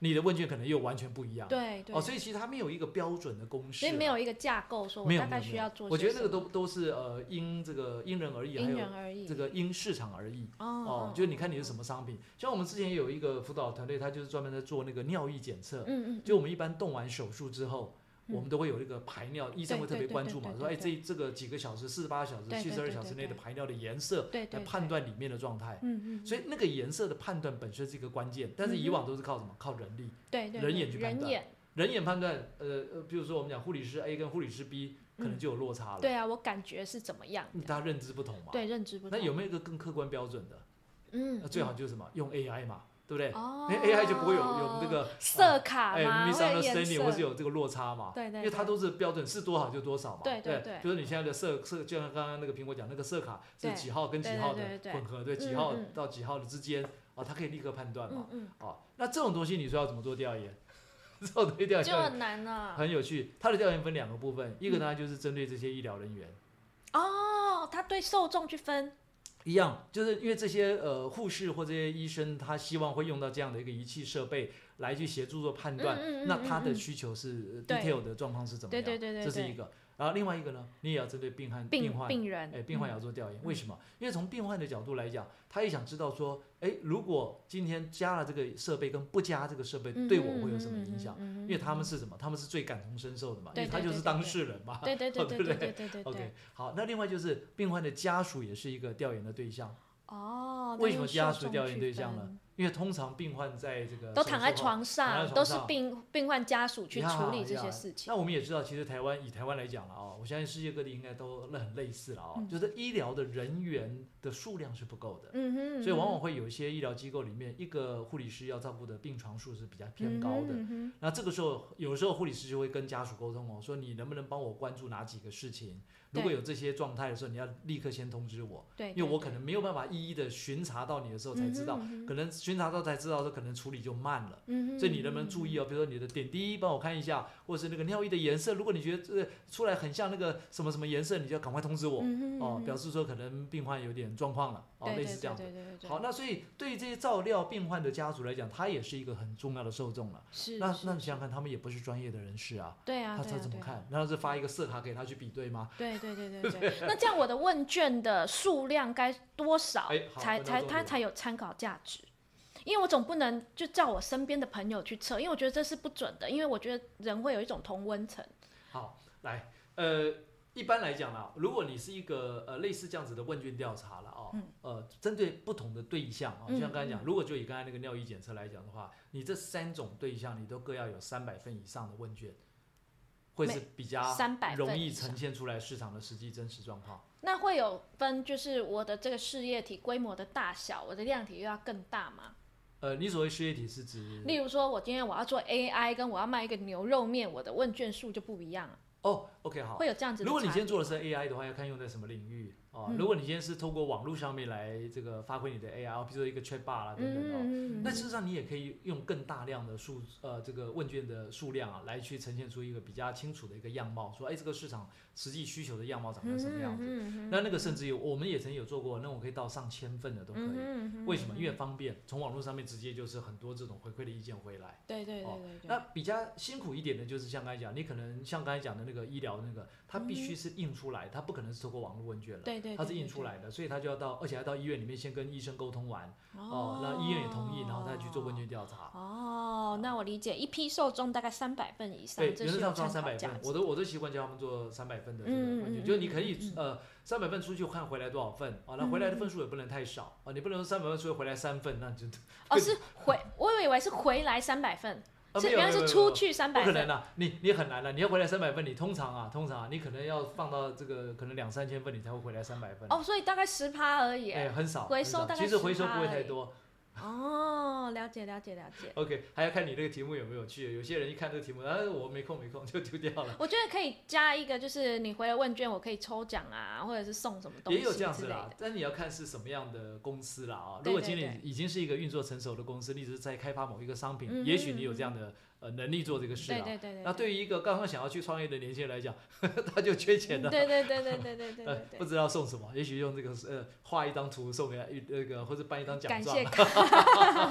[SPEAKER 1] 你的问卷可能又完全不一样。
[SPEAKER 3] 对对
[SPEAKER 1] 哦，所以其实它没有一个标准的公式
[SPEAKER 3] 所
[SPEAKER 1] 啊，
[SPEAKER 3] 以没有一个架构说我
[SPEAKER 1] 没有
[SPEAKER 3] 大
[SPEAKER 1] 没
[SPEAKER 3] 概
[SPEAKER 1] 有
[SPEAKER 3] 需
[SPEAKER 1] 没有
[SPEAKER 3] 要做些什么。
[SPEAKER 1] 我觉得这个都都是呃因这个因人而异，还
[SPEAKER 3] 因
[SPEAKER 1] 有
[SPEAKER 3] 人而异。
[SPEAKER 1] 这个因市场而异。
[SPEAKER 3] 哦
[SPEAKER 1] 哦
[SPEAKER 3] 哦，，
[SPEAKER 1] 就是你看你是什
[SPEAKER 3] 么？
[SPEAKER 1] 么商品，像我们之前有一个辅导团队，他就是专门在做那个尿液检测。
[SPEAKER 3] 嗯嗯，
[SPEAKER 1] 就我们一般动完手术之后，我们
[SPEAKER 3] 嗯
[SPEAKER 1] 都会有那个排尿，医生
[SPEAKER 3] 对
[SPEAKER 1] 会特
[SPEAKER 3] 对
[SPEAKER 1] 别
[SPEAKER 3] 对
[SPEAKER 1] 关
[SPEAKER 3] 对
[SPEAKER 1] 注嘛，
[SPEAKER 3] 对
[SPEAKER 1] 说
[SPEAKER 3] 对
[SPEAKER 1] 哎这这个几个小时、四十八小时、
[SPEAKER 3] 对对
[SPEAKER 1] 七十
[SPEAKER 3] 对
[SPEAKER 1] 二
[SPEAKER 3] 对
[SPEAKER 1] 小时内的
[SPEAKER 3] 对
[SPEAKER 1] 排尿的颜色，
[SPEAKER 3] 对
[SPEAKER 1] 来
[SPEAKER 3] 对
[SPEAKER 1] 判，断里面的状态
[SPEAKER 3] 对。嗯嗯，嗯
[SPEAKER 1] 所
[SPEAKER 3] 以
[SPEAKER 1] 以那个颜色的判断本身是一个关键，但是以往都是靠什么？靠人力。
[SPEAKER 3] 对对
[SPEAKER 1] 人
[SPEAKER 3] 对
[SPEAKER 1] 眼去判
[SPEAKER 3] 人
[SPEAKER 1] 断
[SPEAKER 3] 眼
[SPEAKER 1] 人眼判断，呃呃，比如说我们讲护理师 A 跟护理师 B 可能就有落差了，
[SPEAKER 3] 对啊，我感觉是怎么样
[SPEAKER 1] 嗯
[SPEAKER 3] 的？
[SPEAKER 1] 他认知不同嘛。
[SPEAKER 3] 对，认知不
[SPEAKER 1] 那
[SPEAKER 3] 同
[SPEAKER 1] 有没有一个更客观标准的？
[SPEAKER 3] 嗯
[SPEAKER 1] 那最好
[SPEAKER 3] 嗯
[SPEAKER 1] 就是什么？用 AI 嘛，对不对？
[SPEAKER 3] 哦
[SPEAKER 1] 因为 AI 就不会有有这个
[SPEAKER 3] 色卡
[SPEAKER 1] 哎
[SPEAKER 3] 嘛，会有颜
[SPEAKER 1] misunderstanding
[SPEAKER 3] 色
[SPEAKER 1] 或是有这个落差嘛。
[SPEAKER 3] 对对，
[SPEAKER 1] 因为它
[SPEAKER 3] 对
[SPEAKER 1] 都是标准是多少就多少嘛，
[SPEAKER 3] 对对对
[SPEAKER 1] 比如说你现在的色色，就像刚刚那个苹果讲那个色卡
[SPEAKER 3] 对
[SPEAKER 1] 是几号跟几
[SPEAKER 3] 对
[SPEAKER 1] 号
[SPEAKER 3] 对
[SPEAKER 1] 的
[SPEAKER 3] 对对
[SPEAKER 1] 混合，对
[SPEAKER 3] 嗯
[SPEAKER 1] 几号
[SPEAKER 3] 嗯
[SPEAKER 1] 到几号的之间，哦，它可以立刻判断嘛
[SPEAKER 3] 嗯，嗯，
[SPEAKER 1] 哦，那这种东西你说要怎么做调研？ 这种东西调研
[SPEAKER 3] 就很难啊。
[SPEAKER 1] 很有趣，它的调研分两个部分，一个呢就是针对这些医疗人员，
[SPEAKER 3] 哦，他对受众去分，
[SPEAKER 1] 一样，就是因为这些呃护士或这些医生，他希望会用到这样的一个仪器设备来去协助做判断，
[SPEAKER 3] 嗯嗯嗯
[SPEAKER 1] 那
[SPEAKER 3] 嗯
[SPEAKER 1] 他的
[SPEAKER 3] 嗯
[SPEAKER 1] 需求是、呃
[SPEAKER 3] 对
[SPEAKER 1] detail 的状况是怎么
[SPEAKER 3] 对
[SPEAKER 1] 样？
[SPEAKER 3] 对对对
[SPEAKER 1] 这是
[SPEAKER 3] 对
[SPEAKER 1] 一个。然后另外一个呢，你也要针对病患
[SPEAKER 3] 病
[SPEAKER 1] 患。
[SPEAKER 3] 病嗯人，
[SPEAKER 1] 哎，病患也要做调研，为什么？因为从病患的角度来讲，他也想知道说，哎，如果今天加了这个设备跟不加这个设备，
[SPEAKER 3] 嗯
[SPEAKER 1] 对我会有什么影响？？
[SPEAKER 3] 嗯嗯嗯嗯嗯
[SPEAKER 1] 因
[SPEAKER 3] 嗯
[SPEAKER 1] 为他们是什么？他们是最感同身受的嘛，因
[SPEAKER 3] 对
[SPEAKER 1] 为他
[SPEAKER 3] 对
[SPEAKER 1] 就
[SPEAKER 3] 对
[SPEAKER 1] 是
[SPEAKER 3] 对
[SPEAKER 1] 当
[SPEAKER 3] 对
[SPEAKER 1] 事人嘛。
[SPEAKER 3] 对对对对
[SPEAKER 1] 对不
[SPEAKER 3] 对
[SPEAKER 1] 对
[SPEAKER 3] 对对对
[SPEAKER 1] OK，
[SPEAKER 3] 对。
[SPEAKER 1] 好，那另外就是病患的家属也是一个调研的对象，
[SPEAKER 3] 哦，
[SPEAKER 1] 为
[SPEAKER 3] 他
[SPEAKER 1] 什么
[SPEAKER 3] 用
[SPEAKER 1] 家
[SPEAKER 3] 受
[SPEAKER 1] 属
[SPEAKER 3] 众
[SPEAKER 1] 调研
[SPEAKER 3] 去
[SPEAKER 1] 对象
[SPEAKER 3] 分
[SPEAKER 1] 呢？因为通常病患在这个
[SPEAKER 3] 都
[SPEAKER 1] 手
[SPEAKER 3] 躺
[SPEAKER 1] 术
[SPEAKER 3] 在
[SPEAKER 1] 后
[SPEAKER 3] 床
[SPEAKER 1] 躺在
[SPEAKER 3] 上，
[SPEAKER 1] 床
[SPEAKER 3] 都是
[SPEAKER 1] 上
[SPEAKER 3] 病病患家属去处理这些事情。
[SPEAKER 1] 那我们也知道，其实台湾以台湾来讲了啊、我相信世界各地应该都很类似了啊、
[SPEAKER 3] 嗯
[SPEAKER 1] 就是医疗的人员的数量是不够的。
[SPEAKER 3] 嗯哼，
[SPEAKER 1] 所以往往
[SPEAKER 3] 嗯哼
[SPEAKER 1] 会有一些医疗机构里面，一个护理师要照顾的病床数是比较偏高的。
[SPEAKER 3] 嗯哼嗯哼
[SPEAKER 1] 那这个时候，有时候护理师就会跟家属沟通哦，说你能不能帮我关注哪几个事情？如果
[SPEAKER 3] 对
[SPEAKER 1] 有这些状态的时候，你要立刻先通知我，
[SPEAKER 3] 对，
[SPEAKER 1] 因为
[SPEAKER 3] 对
[SPEAKER 1] 我可能没有办法一一的巡查到你的时候才知道，，可能巡查到才知道说可能处理就慢了。
[SPEAKER 3] 嗯
[SPEAKER 1] 所以你能不能注意哦？
[SPEAKER 3] 哦？
[SPEAKER 1] 比如说你的点滴，帮我看一下，或者是那个尿液的颜色，如果你觉得这个出来很像那个什么什么颜色，你就要赶快通知我、
[SPEAKER 3] 嗯哼
[SPEAKER 1] 哦
[SPEAKER 3] 嗯，
[SPEAKER 1] 表
[SPEAKER 3] 哼
[SPEAKER 1] 示说可能病患有点状况了哦，
[SPEAKER 3] 对
[SPEAKER 1] 类
[SPEAKER 3] 对
[SPEAKER 1] 似这样
[SPEAKER 3] 对
[SPEAKER 1] 的。
[SPEAKER 3] 对对对，
[SPEAKER 1] 好，那所以对于这些照料病患的家属来讲，他也是一个很重要的受众了。
[SPEAKER 3] 是
[SPEAKER 1] 那
[SPEAKER 3] 是
[SPEAKER 1] 那你想想看，他们也不是专业的人士啊，
[SPEAKER 3] 对啊，
[SPEAKER 1] 他
[SPEAKER 3] 对
[SPEAKER 1] 他
[SPEAKER 3] 啊
[SPEAKER 1] 怎么？
[SPEAKER 3] 对啊
[SPEAKER 1] 看？ 难道是发一个色卡给他去比对吗？
[SPEAKER 3] 对对对对对，那这样我的问卷的数量该多少
[SPEAKER 1] 哎好
[SPEAKER 3] 才
[SPEAKER 1] 回到
[SPEAKER 3] 才
[SPEAKER 1] 重
[SPEAKER 3] 它
[SPEAKER 1] 点
[SPEAKER 3] 才有参考价值？因为我总不能就叫我身边的朋友去测，因为我觉得这是不准的，因为我觉得人会有一种同温层。
[SPEAKER 1] 好，来，呃，一般来讲啦，如果你是一个呃类似这样子的问卷调查了哦，
[SPEAKER 3] 嗯
[SPEAKER 1] 呃，针对不同的对象啊、哦，就像刚才
[SPEAKER 3] 嗯
[SPEAKER 1] 讲，如果就以刚才那个尿液检测来讲的话，你这三种对象你都各要有三百份以上的问卷，会是比较
[SPEAKER 3] 300
[SPEAKER 1] 容
[SPEAKER 3] 份以
[SPEAKER 1] 易
[SPEAKER 3] 上
[SPEAKER 1] 呈现出来市场的实际真实状况。
[SPEAKER 3] 那会有分，就是我的这个事业体规模的大小，我的量体又要更大吗？
[SPEAKER 1] 呃，你所谓事业体是指
[SPEAKER 3] 例如说，我今天我要做 AI，跟我要卖一个牛肉面，我的问卷数就不一样啊。
[SPEAKER 1] 哦，哦 OK，好。
[SPEAKER 3] 会有这样子的差异。
[SPEAKER 1] 如果你今天做的是 AI 的话，要看用在什么领域哦。
[SPEAKER 3] 嗯
[SPEAKER 1] 如果你今天是通过网络上面来这个发挥你的 AI，哦比如说一个 Chat Bar 啦等等哦，
[SPEAKER 3] 嗯，嗯嗯
[SPEAKER 1] 那事实上你也可以用更大量的数呃这个问卷的数量啊，来去呈现出一个比较清楚的一个样貌，说哎这个市场实际需求的样貌长成什么样子。
[SPEAKER 3] 嗯
[SPEAKER 1] 那那个甚至有我们也曾经有做过，那我可以到上千份的都可
[SPEAKER 3] 嗯
[SPEAKER 1] 以。
[SPEAKER 3] 以
[SPEAKER 1] 为什么？因为方便，从网络上面直接就是很多这种回馈的意见回来。
[SPEAKER 3] 对对对
[SPEAKER 1] 哦
[SPEAKER 3] 对对，
[SPEAKER 1] 那比较辛苦一点的就是像刚才讲，你可能像刚才讲的那个医疗那个，它必须是印出来，它不可能是透过网络问卷了。
[SPEAKER 3] 嗯对对，
[SPEAKER 1] 它是
[SPEAKER 3] 对
[SPEAKER 1] 印出，来的，所以它就要到，而且还到医院里面先跟医生沟通完，
[SPEAKER 3] 对
[SPEAKER 1] 哦，那医院也同意，然后再去做问。
[SPEAKER 3] 哦
[SPEAKER 1] 卷调查。
[SPEAKER 3] 哦，那我理解，一批受众大概三百份以上，
[SPEAKER 1] 对，
[SPEAKER 3] 这
[SPEAKER 1] 原
[SPEAKER 3] 是
[SPEAKER 1] 则上
[SPEAKER 3] 有
[SPEAKER 1] 抓
[SPEAKER 3] 参
[SPEAKER 1] 三
[SPEAKER 3] 考
[SPEAKER 1] 百
[SPEAKER 3] 价
[SPEAKER 1] 份，
[SPEAKER 3] 值哦
[SPEAKER 1] 我都我都习惯叫他们做三百份的这个
[SPEAKER 3] 嗯
[SPEAKER 1] 问
[SPEAKER 3] 嗯
[SPEAKER 1] 卷，就是你可
[SPEAKER 3] 嗯
[SPEAKER 1] 以呃三百份出去看回来多少份啊，那回来的份数也不能太少啊，你不能三百份出去回来三份，那就
[SPEAKER 3] 哦，是回，我以为是回来三 百份，
[SPEAKER 1] 啊
[SPEAKER 3] 是
[SPEAKER 1] 没有
[SPEAKER 3] 原来
[SPEAKER 1] 没有没
[SPEAKER 3] 是
[SPEAKER 1] 有
[SPEAKER 3] 出去三
[SPEAKER 1] 不
[SPEAKER 3] 百
[SPEAKER 1] 可能
[SPEAKER 3] 份，
[SPEAKER 1] 的、你你很难啊的、你要回来三百份，你通常啊，通常、啊、你可能要放到这个可能两三千份，你才会回来三百份。
[SPEAKER 3] 哦，所以大概十趴而已。
[SPEAKER 1] 哎、很少，
[SPEAKER 3] 回
[SPEAKER 1] 很
[SPEAKER 3] 收
[SPEAKER 1] 少
[SPEAKER 3] 大概
[SPEAKER 1] 其实回收
[SPEAKER 3] 10%
[SPEAKER 1] 不会
[SPEAKER 3] 而
[SPEAKER 1] 太
[SPEAKER 3] 已
[SPEAKER 1] 多。
[SPEAKER 3] 哦，了解了解了解。
[SPEAKER 1] OK，还要看你这个题目有没有趣。有些人一看这个题目，啊，我没空没空就丢掉了，
[SPEAKER 3] 我觉得可以加一个，就是你回了问卷，我可以抽奖啊，或者是送什么东西
[SPEAKER 1] 也有这样
[SPEAKER 3] 之
[SPEAKER 1] 子啊
[SPEAKER 3] 类
[SPEAKER 1] 啦
[SPEAKER 3] 的。。
[SPEAKER 1] 但你要看是什么样的公司啦啊。
[SPEAKER 3] 对
[SPEAKER 1] 如果
[SPEAKER 3] 对
[SPEAKER 1] 今
[SPEAKER 3] 对
[SPEAKER 1] 天你已经是一个运作成熟的公司，你只是在开发某一个商品，
[SPEAKER 3] 嗯
[SPEAKER 1] 也许你有
[SPEAKER 3] 嗯
[SPEAKER 1] 这样的呃能力做这个事
[SPEAKER 3] 对
[SPEAKER 1] 啊。
[SPEAKER 3] 对对对。
[SPEAKER 1] 那对于一个刚刚想要去创业的年轻人来讲， 他就缺钱了。
[SPEAKER 3] 嗯对对对对对对对
[SPEAKER 1] 呃
[SPEAKER 3] 对，
[SPEAKER 1] 不
[SPEAKER 3] 对。
[SPEAKER 1] 知道送什么，也许用这个呃画一张图送给一那个，或者办一张奖
[SPEAKER 3] 感
[SPEAKER 1] 状
[SPEAKER 3] 谢，
[SPEAKER 1] 啊。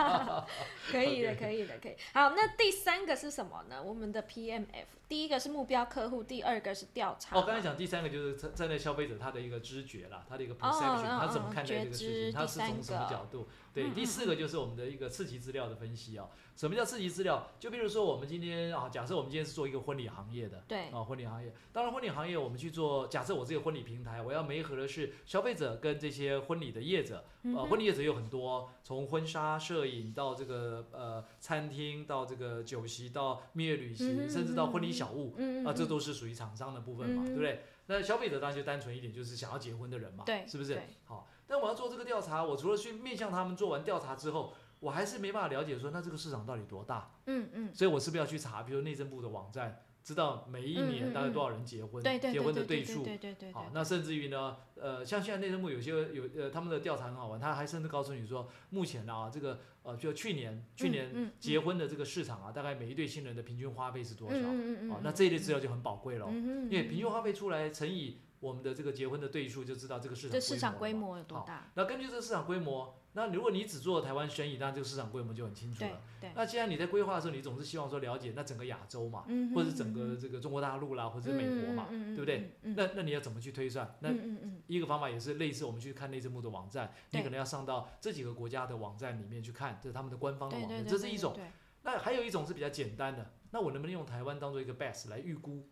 [SPEAKER 3] 可以的，
[SPEAKER 1] OK
[SPEAKER 3] 可以的，可以。好，那第三个是什么呢？我们的 PMF，第一个是目标客户，第二个是调查嘛。
[SPEAKER 1] 哦，刚才讲第三个就是站站在消费者他的一个知觉啦，他的一个
[SPEAKER 3] 哦
[SPEAKER 1] perception，、
[SPEAKER 3] 嗯
[SPEAKER 1] 他怎
[SPEAKER 3] 嗯
[SPEAKER 1] 么看待这
[SPEAKER 3] 觉
[SPEAKER 1] 个
[SPEAKER 3] 知
[SPEAKER 1] 事情，他
[SPEAKER 3] 第
[SPEAKER 1] 是
[SPEAKER 3] 三
[SPEAKER 1] 从什么
[SPEAKER 3] 个
[SPEAKER 1] 角度？对，
[SPEAKER 3] 嗯嗯
[SPEAKER 1] 第四个就是我们的一个次级资料的分析哦。什么叫次级资料？就比如说我们今天啊，假设我们今天是做一个婚礼行业的。
[SPEAKER 3] 对，
[SPEAKER 1] 啊，婚礼行业，当然婚礼行业我们去做，假设我这个婚礼平台，我要媒合的是消费者跟这些婚礼的业者，
[SPEAKER 3] 嗯
[SPEAKER 1] 呃，
[SPEAKER 3] 哼
[SPEAKER 1] 婚礼业者有很多，从婚纱摄影到这个呃餐厅，到这个酒席，到蜜月旅行，
[SPEAKER 3] 嗯哼
[SPEAKER 1] 甚至到婚礼小物，
[SPEAKER 3] 嗯嗯
[SPEAKER 1] 啊，这
[SPEAKER 3] 嗯
[SPEAKER 1] 都是属于厂商的部分嘛，
[SPEAKER 3] 嗯
[SPEAKER 1] 对不对？那消费者当然就单纯一点，就是想要结婚的人嘛，
[SPEAKER 3] 对
[SPEAKER 1] 是不是
[SPEAKER 3] 对？
[SPEAKER 1] 好，但我要做这个调查，我除了去面向他们做完调查之后，我还是没办法了解说那这个市场到底多大，
[SPEAKER 3] 嗯嗯，
[SPEAKER 1] 所以我是不是要去查，比如内政部的网站，知道每一
[SPEAKER 3] 嗯嗯
[SPEAKER 1] 年
[SPEAKER 3] 嗯
[SPEAKER 1] 大概多少人结婚，
[SPEAKER 3] 对对
[SPEAKER 1] 哦结
[SPEAKER 3] 对
[SPEAKER 1] 婚的
[SPEAKER 3] 对对
[SPEAKER 1] 对
[SPEAKER 3] 对
[SPEAKER 1] 数，
[SPEAKER 3] 对对对
[SPEAKER 1] 好
[SPEAKER 3] 对，
[SPEAKER 1] 那甚至于呢，呃，像现在内政部有些有呃，他们的调查很好玩，他还甚至告诉你说，目前啊，这个呃，就去年去年
[SPEAKER 3] 嗯
[SPEAKER 1] 结婚的这个市场啊，大概每一对新人的平均花费是多少？啊、
[SPEAKER 3] 嗯嗯嗯嗯，
[SPEAKER 1] 那这一类资料就很宝贵了，哦
[SPEAKER 3] 嗯哼，
[SPEAKER 1] 因为平均花费出来乘以我们的这个结婚的哦对数，就知道这个市场
[SPEAKER 3] 这市场规
[SPEAKER 1] 模了嘛。
[SPEAKER 3] 模有多
[SPEAKER 1] 好
[SPEAKER 3] 大？
[SPEAKER 1] 那根据这个市场规模，那如果你只做台湾生意，那这个市场规模就很清楚
[SPEAKER 3] 对
[SPEAKER 1] 了。
[SPEAKER 3] 对，
[SPEAKER 1] 那既然你在规划的时候，你总是希望说了解那整个亚洲嘛，
[SPEAKER 3] 嗯哼，
[SPEAKER 1] 或者整
[SPEAKER 3] 嗯
[SPEAKER 1] 个
[SPEAKER 3] 哼
[SPEAKER 1] 这个中国大陆啦，或者美国嘛，，
[SPEAKER 3] 嗯
[SPEAKER 1] 对不对？
[SPEAKER 3] 嗯嗯嗯
[SPEAKER 1] 那那你要怎么去推算？那
[SPEAKER 3] 嗯嗯嗯，
[SPEAKER 1] 一个方法也是类似我们去看内政部的网站，
[SPEAKER 3] 对
[SPEAKER 1] 你可能要上到这几个国家的网站里面去看，这是他们的官方的
[SPEAKER 3] 对
[SPEAKER 1] 网
[SPEAKER 3] 对
[SPEAKER 1] 站，
[SPEAKER 3] 对，
[SPEAKER 1] 这
[SPEAKER 3] 对
[SPEAKER 1] 是一种。
[SPEAKER 3] 对对
[SPEAKER 1] 那还有一种是比较简单的，那我能不能用台湾当做一个 base 来预估，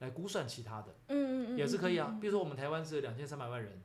[SPEAKER 1] 来估算其他的
[SPEAKER 3] 嗯嗯嗯，
[SPEAKER 1] 也是可以啊
[SPEAKER 3] 嗯。
[SPEAKER 1] 比如说我们台湾是两千三百万人，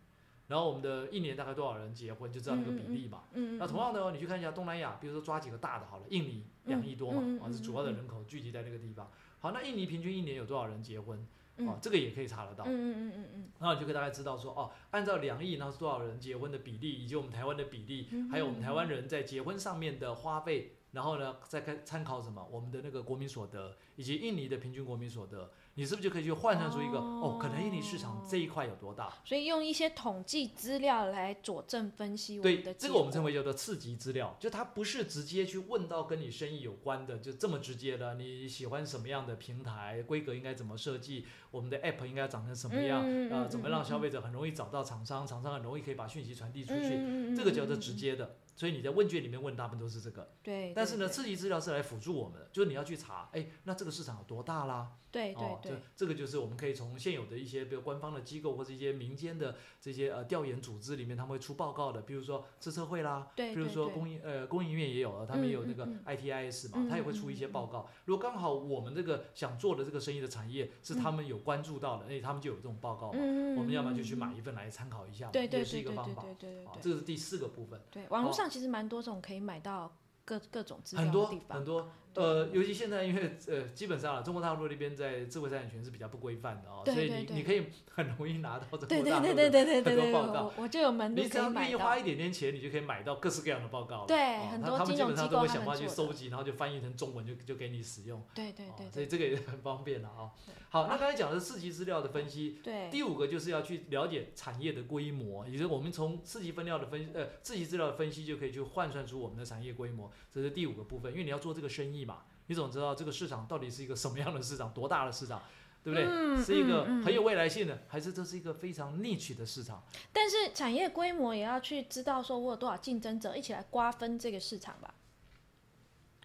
[SPEAKER 1] 然后我们的一年大概多少人结婚，就知道那个比例嘛。
[SPEAKER 3] 嗯，
[SPEAKER 1] 那同样的哦，你去看一下东南亚，比如说抓几个大的好了，印尼两亿多嘛
[SPEAKER 3] 嗯嗯，
[SPEAKER 1] 啊，是主要的人口聚集在那个地方。好，那印尼平均一年有多少人结婚？
[SPEAKER 3] 嗯
[SPEAKER 1] 啊，这个也可以查得到
[SPEAKER 3] 嗯。嗯嗯嗯嗯，
[SPEAKER 1] 然后你就可以大概知道说，哦，按照两亿，然后是多少人结婚的比例，以及我们台湾的比例，
[SPEAKER 3] 嗯
[SPEAKER 1] 还有我们台湾人在结婚上面的花费，然后呢，再看参考什么，我们的那个国民所得，以及印尼的平均国民所得，你是不是就可以去换算出一个，哦可能印尼市场这一块有多大？
[SPEAKER 3] 所以用一些统计资料来佐证分析我
[SPEAKER 1] 对
[SPEAKER 3] 们的，
[SPEAKER 1] 这
[SPEAKER 3] 结
[SPEAKER 1] 个我们
[SPEAKER 3] 果
[SPEAKER 1] 称为叫做次级资料，就它不是直接去问到跟你生意有关的，就这么直接的，你喜欢什么样的平台，规格应该怎么设计，我们的 app 应该长成什么样，
[SPEAKER 3] 嗯嗯
[SPEAKER 1] 呃，
[SPEAKER 3] 嗯
[SPEAKER 1] 怎么
[SPEAKER 3] 嗯
[SPEAKER 1] 让
[SPEAKER 3] 嗯
[SPEAKER 1] 消费者很容易找到厂商，厂商很容易可以把讯息传递出去，
[SPEAKER 3] 嗯嗯嗯
[SPEAKER 1] 这个
[SPEAKER 3] 嗯
[SPEAKER 1] 叫做
[SPEAKER 3] 嗯
[SPEAKER 1] 直
[SPEAKER 3] 嗯
[SPEAKER 1] 接的。所以你在问卷里面问大部分都是这个，
[SPEAKER 3] 对，
[SPEAKER 1] 但是呢，
[SPEAKER 3] 对
[SPEAKER 1] 次级资料是来辅助我们的，就是你要去查，哎，那这个市场有多大啦？
[SPEAKER 3] 对对
[SPEAKER 1] 哦，这
[SPEAKER 3] 对，
[SPEAKER 1] 这个就是我们可以从现有的一些，比如官方的机构或者一些民间的这些呃调研组织里面，他们会出报告的，比如说自测会啦，
[SPEAKER 3] 对
[SPEAKER 1] 比如
[SPEAKER 3] 对
[SPEAKER 1] 说
[SPEAKER 3] 对
[SPEAKER 1] 工营呃工营院也有了，他们也有那个
[SPEAKER 3] 嗯
[SPEAKER 1] ITIS 嘛，
[SPEAKER 3] 嗯
[SPEAKER 1] 他也会出一些报告。如果刚好我们这个想做的这个生意的产业是他们有关注到的，哎，他们就有这种报告嘛，
[SPEAKER 3] 嗯，
[SPEAKER 1] 我们要么就去买
[SPEAKER 3] 嗯，
[SPEAKER 1] 一份来参考一下嘛，
[SPEAKER 3] 对对
[SPEAKER 1] 也是
[SPEAKER 3] 对
[SPEAKER 1] 一
[SPEAKER 3] 对
[SPEAKER 1] 个
[SPEAKER 3] 对
[SPEAKER 1] 方
[SPEAKER 3] 对
[SPEAKER 1] 法。啊
[SPEAKER 3] 对对
[SPEAKER 1] 好，
[SPEAKER 3] 对
[SPEAKER 1] 这个是第四个部分，
[SPEAKER 3] 对，网络
[SPEAKER 1] 哦
[SPEAKER 3] 上其实蛮多种可以买到各各种资料
[SPEAKER 1] 很
[SPEAKER 3] 的
[SPEAKER 1] 多
[SPEAKER 3] 地方
[SPEAKER 1] 很，多呃，尤其现在，因为呃，基本上啊，中国大陆那边在智慧财产权是比较不规范的啊、
[SPEAKER 3] 对
[SPEAKER 1] 所以
[SPEAKER 3] 对
[SPEAKER 1] 你
[SPEAKER 3] 对
[SPEAKER 1] 你可以很容易拿到中
[SPEAKER 3] 对
[SPEAKER 1] 国
[SPEAKER 3] 对
[SPEAKER 1] 大
[SPEAKER 3] 对
[SPEAKER 1] 陆
[SPEAKER 3] 对
[SPEAKER 1] 的，
[SPEAKER 3] 对对
[SPEAKER 1] 很
[SPEAKER 3] 对对，
[SPEAKER 1] 多报告
[SPEAKER 3] 我我就有门路
[SPEAKER 1] 你只
[SPEAKER 3] 可以
[SPEAKER 1] 要愿
[SPEAKER 3] 买
[SPEAKER 1] 意花
[SPEAKER 3] 到。
[SPEAKER 1] 一点点钱，你就可以买到各式各样的报告了。
[SPEAKER 3] 对，
[SPEAKER 1] 哦
[SPEAKER 3] 很
[SPEAKER 1] 那
[SPEAKER 3] 多
[SPEAKER 1] 他们基
[SPEAKER 3] 金融
[SPEAKER 1] 本
[SPEAKER 3] 机
[SPEAKER 1] 上都
[SPEAKER 3] 构
[SPEAKER 1] 会
[SPEAKER 3] 他
[SPEAKER 1] 想办
[SPEAKER 3] 们
[SPEAKER 1] 法去
[SPEAKER 3] 做
[SPEAKER 1] 收
[SPEAKER 3] 的。
[SPEAKER 1] 集，然后就翻译成中文就就给你使用，
[SPEAKER 3] 对对对
[SPEAKER 1] 哦，所以
[SPEAKER 3] 对
[SPEAKER 1] 这个也很方便了啊、好，那刚才讲的四级资料的分析，
[SPEAKER 3] 对
[SPEAKER 1] 第五个就是要去了解产业的规模，也就是我们从四级分料的分呃四级资料的分析就可以去换算出我们的产业规模，这是第五个部分。因为你要做这个生意嘛，你总知道这个市场到底是一个什么样的市场，多大的市场，对不对？
[SPEAKER 3] 嗯
[SPEAKER 1] 是一个
[SPEAKER 3] 嗯嗯
[SPEAKER 1] 很有未来性的，还是这是一个非常 niche 的市场？
[SPEAKER 3] 但是产业规模也要去知道，说我有多少竞争者，一起来瓜分这个市场吧。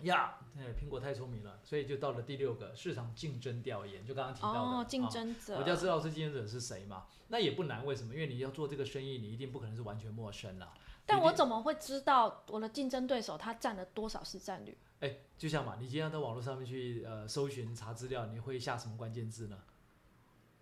[SPEAKER 1] 呀、哎苹果太聪明了，所以就到了第六个市场竞争调研，就刚刚提到的
[SPEAKER 3] 哦，竞
[SPEAKER 1] 啊
[SPEAKER 3] 争者，
[SPEAKER 1] 我就要知道是竞争者是谁嘛，那也不难，为什么？因为你要做这个生意，你一定不可能是完全陌生啦。
[SPEAKER 3] 但
[SPEAKER 1] 一
[SPEAKER 3] 我
[SPEAKER 1] 定
[SPEAKER 3] 怎么会知道我的竞争对手他占了多少市占率？
[SPEAKER 1] 哎，就像嘛，你今天要到网络上面去呃搜寻查资料，你会下什么关键字呢？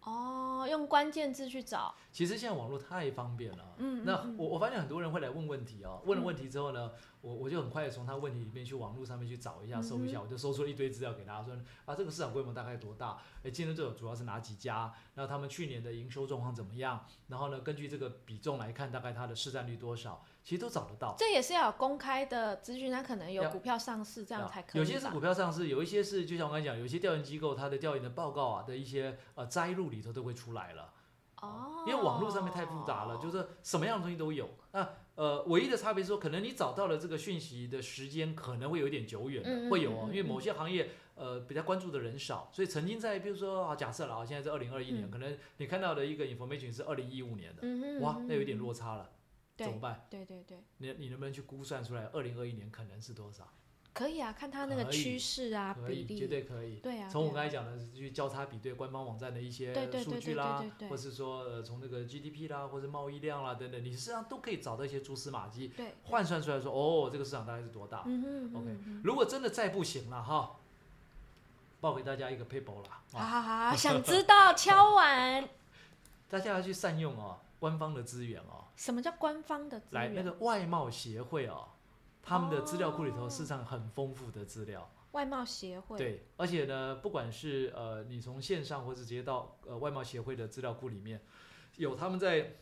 [SPEAKER 3] 哦，用关键字去找，
[SPEAKER 1] 其实现在网络太方便了啊。
[SPEAKER 3] 嗯，
[SPEAKER 1] 那
[SPEAKER 3] 嗯嗯
[SPEAKER 1] 我我发现很多人会来问问题哦，问了问题之后呢，我我就很快地从他问题里面去网络上面去找一下、搜一
[SPEAKER 3] 嗯
[SPEAKER 1] 下，我就搜出了一堆资料给大家说啊，这个市场规模大概多大？哎，竞争对手主要是哪几家？然后他们去年的营收状况怎么样？然后呢，根据这个比重来看，大概它的市占率多少？其实都找得到。
[SPEAKER 3] 这也是要有公开的资讯，它可能有
[SPEAKER 1] 要
[SPEAKER 3] 股票上市这样才可以吧。
[SPEAKER 1] 啊有些是股票上市，有一些是就像我刚才讲，有一些调研机构它的调研的报告啊的一些呃摘录里头都会出来了。
[SPEAKER 3] 哦，
[SPEAKER 1] 因为网络上面太复杂了，就是什么样的东西都有。那呃，唯一的差别是说，可能你找到了这个讯息的时间可能会有一点久远的，
[SPEAKER 3] 嗯嗯
[SPEAKER 1] 会有哦
[SPEAKER 3] 嗯，嗯
[SPEAKER 1] 因为某些行业呃比较关注的人少，所以曾经在比如说啊，假设了啊，现在是二零二一年，
[SPEAKER 3] 嗯
[SPEAKER 1] 可能你看到的一个 information 是二零一五年的，
[SPEAKER 3] 嗯哼，嗯哼
[SPEAKER 1] 哇，那有点落。差了，
[SPEAKER 3] 对
[SPEAKER 1] 怎么办？
[SPEAKER 3] 对对对，
[SPEAKER 1] 你你能不能去估算出来二零二一年可能是多少？
[SPEAKER 3] 可以啊，看它那个
[SPEAKER 1] 可以
[SPEAKER 3] 趋势啊，
[SPEAKER 1] 可
[SPEAKER 3] 比
[SPEAKER 1] 以，
[SPEAKER 3] 例，
[SPEAKER 1] 绝对可以。
[SPEAKER 3] 对啊。
[SPEAKER 1] 嗯从我
[SPEAKER 3] 对
[SPEAKER 1] 刚
[SPEAKER 3] 啊
[SPEAKER 1] 才讲的去交叉比对官方网站的一些
[SPEAKER 3] 对对
[SPEAKER 1] 数
[SPEAKER 3] 对
[SPEAKER 1] 据
[SPEAKER 3] 对
[SPEAKER 1] 啦
[SPEAKER 3] 对对，对
[SPEAKER 1] 或是说呃从那个 GDP 啦，或是贸易量啦等等，你实际上都可以找到一些蛛丝马迹，
[SPEAKER 3] 对，
[SPEAKER 1] 换算出来说哦这个市场大概是多大。
[SPEAKER 3] 嗯哼嗯
[SPEAKER 1] OK
[SPEAKER 3] 哼
[SPEAKER 1] 如果真的再不行了哈，报给大家一个 paper 啦，
[SPEAKER 3] 好
[SPEAKER 1] 啊，
[SPEAKER 3] 好好好，想知道敲碗，
[SPEAKER 1] 大家要去善用哦官方的资源哦，
[SPEAKER 3] 什么叫官方的资
[SPEAKER 1] 来
[SPEAKER 3] 源？
[SPEAKER 1] 那个外贸协会哦，他们的资料库里头
[SPEAKER 3] 哦
[SPEAKER 1] 市场很丰富的资料。
[SPEAKER 3] 外贸协会，，
[SPEAKER 1] 对，而且呢，不管是呃你从线上或是直接到呃外贸协会的资料库里面，有他们在